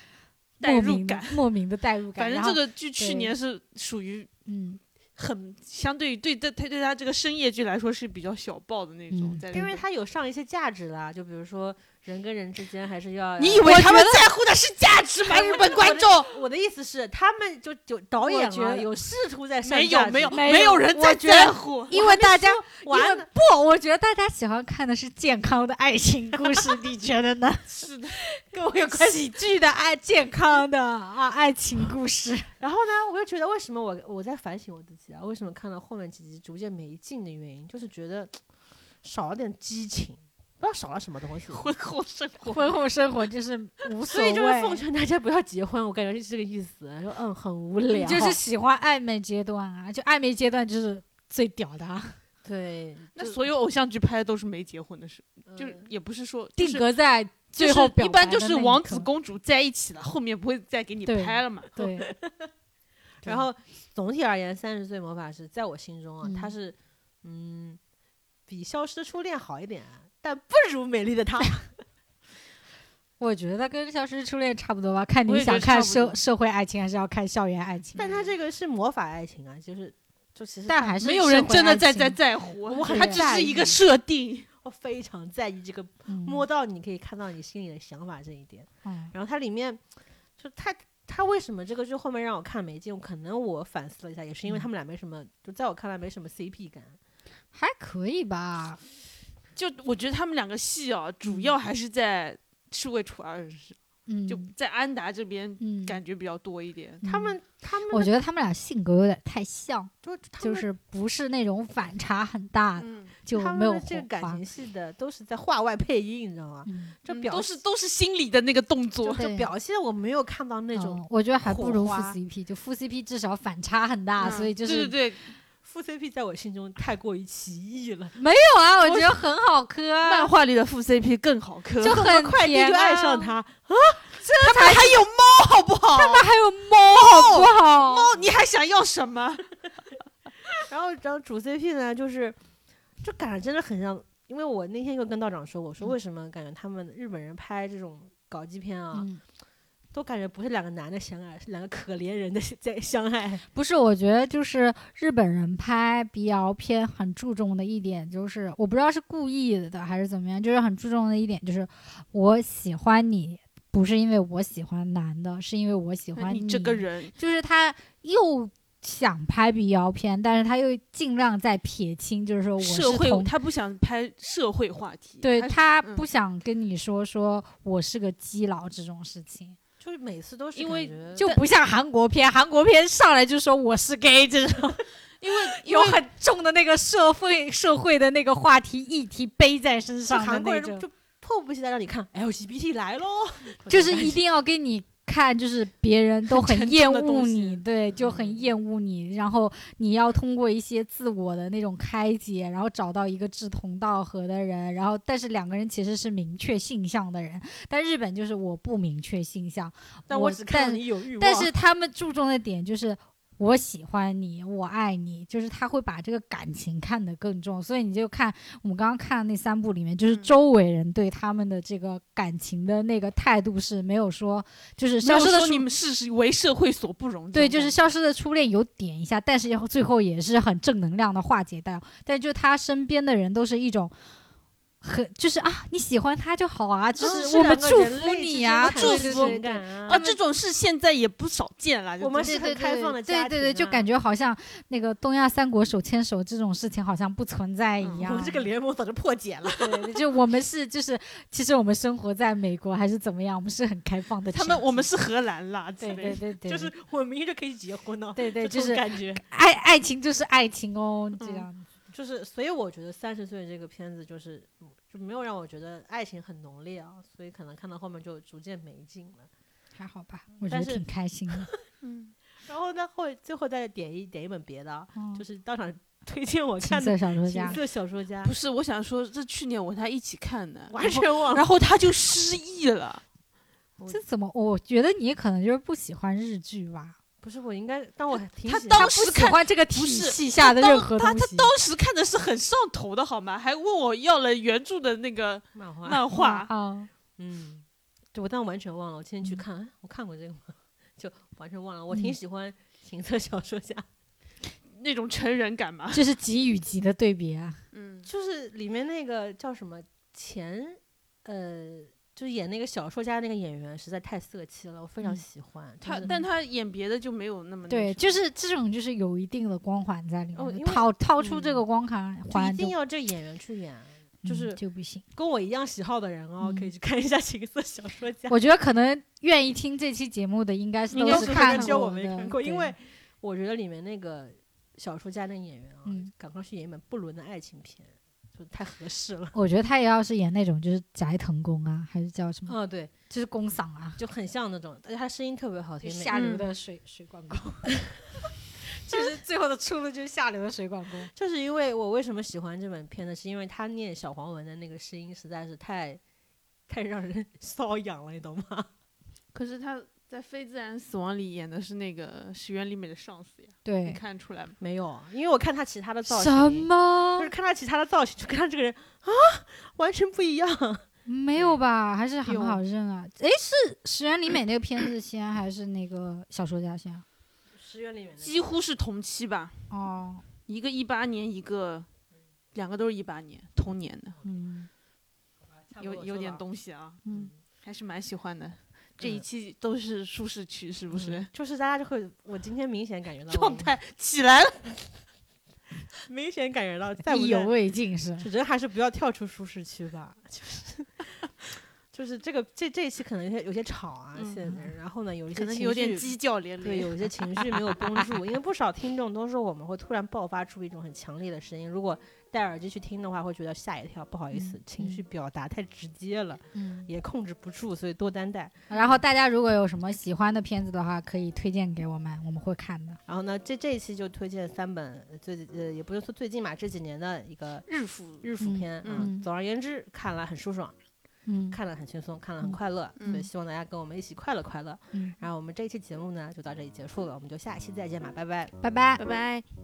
代莫入名的莫名的代入感。反正然后这个剧去对年是属于嗯，很相对于对对对对他这个深夜剧来说是比较小爆的那种，嗯在因那为种它有上一些价值啦，就比如说人跟人之间还是要。你以为他们在乎的是价 值吗？哎日我本就观我就众我的意思是，他们就就导我演觉啊得有试图在上没价有值没有没没有有人我在在在乎，因为大家因完为不，我觉得大家喜欢看的是健康的爱情故事，你觉得 呢？是的，跟我有关喜剧的爱健康的啊爱情故 事，然后呢，我就觉得为什么我我在反省我自己啊？为什么看到后面几集逐渐没劲的原因，就是觉得少了点激情，不知道少了什么 东西。婚后生活。婚后生活就是无所所谓，以就是奉劝大家不要结婚，我感觉是这个意思。说嗯，很无你聊，就是喜欢暧昧阶段啊，就暧昧阶段就是最屌的啊，对，那就所有偶像剧拍的都是没结婚的事，就是嗯也不是说就定是格在最后就是表一般白就的是那一王子刻公主在一起了，后面不会再给你对拍了嘛。对，然后总体而言，《三十岁魔法师》在我心中啊，嗯他是嗯比《消失的初恋》好一点，但不如《美丽的 她》。我觉得跟《消失初恋》差不多吧，看我你也觉想得看差不社多社会爱情，还是要看校园爱情。但他这个是魔法爱情啊，就是就其实但它还是没有人真的在在在在乎，我很它只在是意一个设定。我非常在意这个嗯摸摸，到你可以看到你心里的想法这一点。嗯然后它里面就他他为什么这个剧后面让我看没劲？可能我反思了一下，也是因为嗯他们俩没什么，就在我看来没什么 CP 感。还可以吧。 就我觉得他们两个戏啊，主要还是在是为楚二人世，嗯，就在安达这边嗯，感觉比较多一点。嗯他们他们我觉得他们俩性格有点太像，就他就们是不是那种反差很大，嗯，就他们没有的这个火感花情戏的都是在话外配音，你知道吗？嗯，这嗯表都是都是心里的那个动作。就对表现我没有看到那种嗯我觉得还不如火副花 CP，就副 CP 至少反差很大，所以就对是对对，副 CP 在我心中太过于奇异了，有啊，我觉得很好磕啊，漫画里的副 CP 更好磕，就很快递甜就爱啊上，他，他们还有猫好不好？ 那还有猫好不好？猫哦你还想要什么？然后然后主 CP 呢，就是就感觉真的很像，因为我那天又跟道长说，我说嗯为什么感觉他们日本人拍这种搞基片啊，嗯，都感觉不是两个男的相爱，是两个可怜人的 在相 爱。不是，我觉得就是日本人拍 BL 片很注重的一点，就是我不知道是故意的还是怎么样，就是很注重的一点就是我喜欢你，不是因为我喜欢男的，是因为我喜欢你这个，人，就是他又。想拍 BL 片，但是他又尽量在撇清，就是说我是社会同他不想拍社会话题，对他他嗯不想跟你说说我是个基佬这种事情，就是每次都是因感为觉就不像韩国片，韩国片上来就说我是 gay 这种， 因为因有为很重的那个社会社会的那个话题议题背在身就上的韩国那人就种，哎 就迫不及待让你看 LGBT 来喽，就是一定要跟你看就是别 人都沉很重厌的恶东西你，对，就很厌恶你，然后你要通过一些自我的那种开解，然后找到一个志同道合的人，然后但是两个人其实是明确性向的人，但日本就是我不明确性向，但我我只看但到你有欲望。但是他们注重的点就是我喜欢你，我爱你，就是他会把这个感情看得更重。所以你就看我们刚刚看的那三部里面，就是嗯周围人对他们的这个感情的那个态度是没有说，就是 没消有失的说初你们是是为社会所不容。对，就是消失的初恋有点一下，但是最后也是很正能量的化解掉。但就他身边的人都是一种。很就是啊，你喜欢他就好啊，就嗯是是我两们个祝人福类之你间啊，产祝生福的你情感啊啊，这种事现在也不少见了。就我们这是很开放的对家对对，庭就啊感觉好像那个东亚三国手牵手这种事情好像不存在一 嗯我样。们这个联盟早就破解了。对， 就我们是就是，其实我们生活在美国还是怎么样，我们是很开放的群他体。们我们是荷兰啦，之对对类的。 对对，就是我明天就可以结婚了，对对，这就种是感觉。嗯爱爱情就是爱情哦，这样子。就是，所以我觉得三十岁这个片子就是嗯就没有让我觉得爱情很浓烈啊，所以可能看到后面就逐渐没劲了。还好吧，我嗯觉但得是挺开 心的。嗯，然后呢，后最后再点一点一本别的啊，嗯就是当场 推荐我青看的涩小说《家情，色小说家不》，是，我想说，这去年我和他一起看的，完然后全忘了。 然后他就失忆了。这怎么？我觉得你可能就是不喜欢日剧吧。不是我应该，当我挺他喜当他欢不时喜看欢这个体不是系下的任当何他东他西。当时看的是很上头的，好吗？还问我要了原著的那个漫画，漫画。啊，嗯，对我但完全忘了。我今天去嗯看，哎我看过这个吗？ 就完全忘了。我挺嗯喜欢《情色小说家》那种成人感嘛。这是级与级的对比啊。嗯，就是里面那个叫什么钱，呃，就是演那个小说家那个演员实在太色气了，我非常嗯喜欢。他就是但他演别的就没有那么那对，什么就是这种，就是有一定的光环在里哦面因的，为掏掏出这嗯个光环就环一定就要这演员去演，就嗯是就不行。跟我一样喜好的人哦，嗯可以去看一下《情色小说家》。我觉得可能愿意听这期节目的，应该是应都该是是看只有我的没看过，因对为我觉得里面那个小说家那个演员啊，嗯赶快去演一本不伦的爱情片，就太合适了。我觉得他也要是演那种就是宅藤工啊，还是叫什么，嗯，对，就是工嗓啊，就很像那种，而且他声音特别好听就，每下流嗯的水水管 工，就是最后的出路就是下流的水管 工。就是因为我为什么喜欢这本片呢？是因为他念小黄文的那个声音实在是太太让人 瘙痒了，你懂吗？可是他在《非自然死亡》里演的是那个石原里美的上司呀，你对，看出来吗？没有，啊因为我看他其他的造型，什就么是看他其他的造型，就跟他这个人啊完全不一样。没有吧？还是很有好认啊。诶，是石原里美那个片子先，还是那个小说家先啊？十元里面几乎是同期吧，哦，一个一八年，一个两个都是一八年同年的，嗯有有点东西啊，嗯，还是蛮喜欢的。这一期都是舒适区，是不嗯是？嗯就是大家就会，我今天明显感觉到 状，态起来了，明显感觉到 在意犹未尽是。人还是不要跳出舒适区吧，就是。 就是这个这这一期可能有些有些吵啊，嗯现在然后呢有一些可能情有点绪鸡叫连对，连。有一些情绪没有绷住，因为不少听众都说我们会突然爆发出一种很强烈的声音，如果戴耳机去听的话，会觉得吓一跳。不好意思，嗯情绪表达太直接了，嗯，也控制不住，所以多担待。然后大家如果有什么喜欢的片子的话，可以推荐给我们，我们会看的。然后呢，这这一期就推荐三本呃最呃，也不是说最近嘛，这几年的一个日服，日服嗯片啊。嗯总而言之，看了很舒爽，嗯，看了很轻松，看了很嗯快乐，所以嗯希望大家跟我们一起快乐快乐。嗯然后我们这一期节目呢，就到这里结束了，我们就下期再见吧，拜拜。拜拜。拜拜。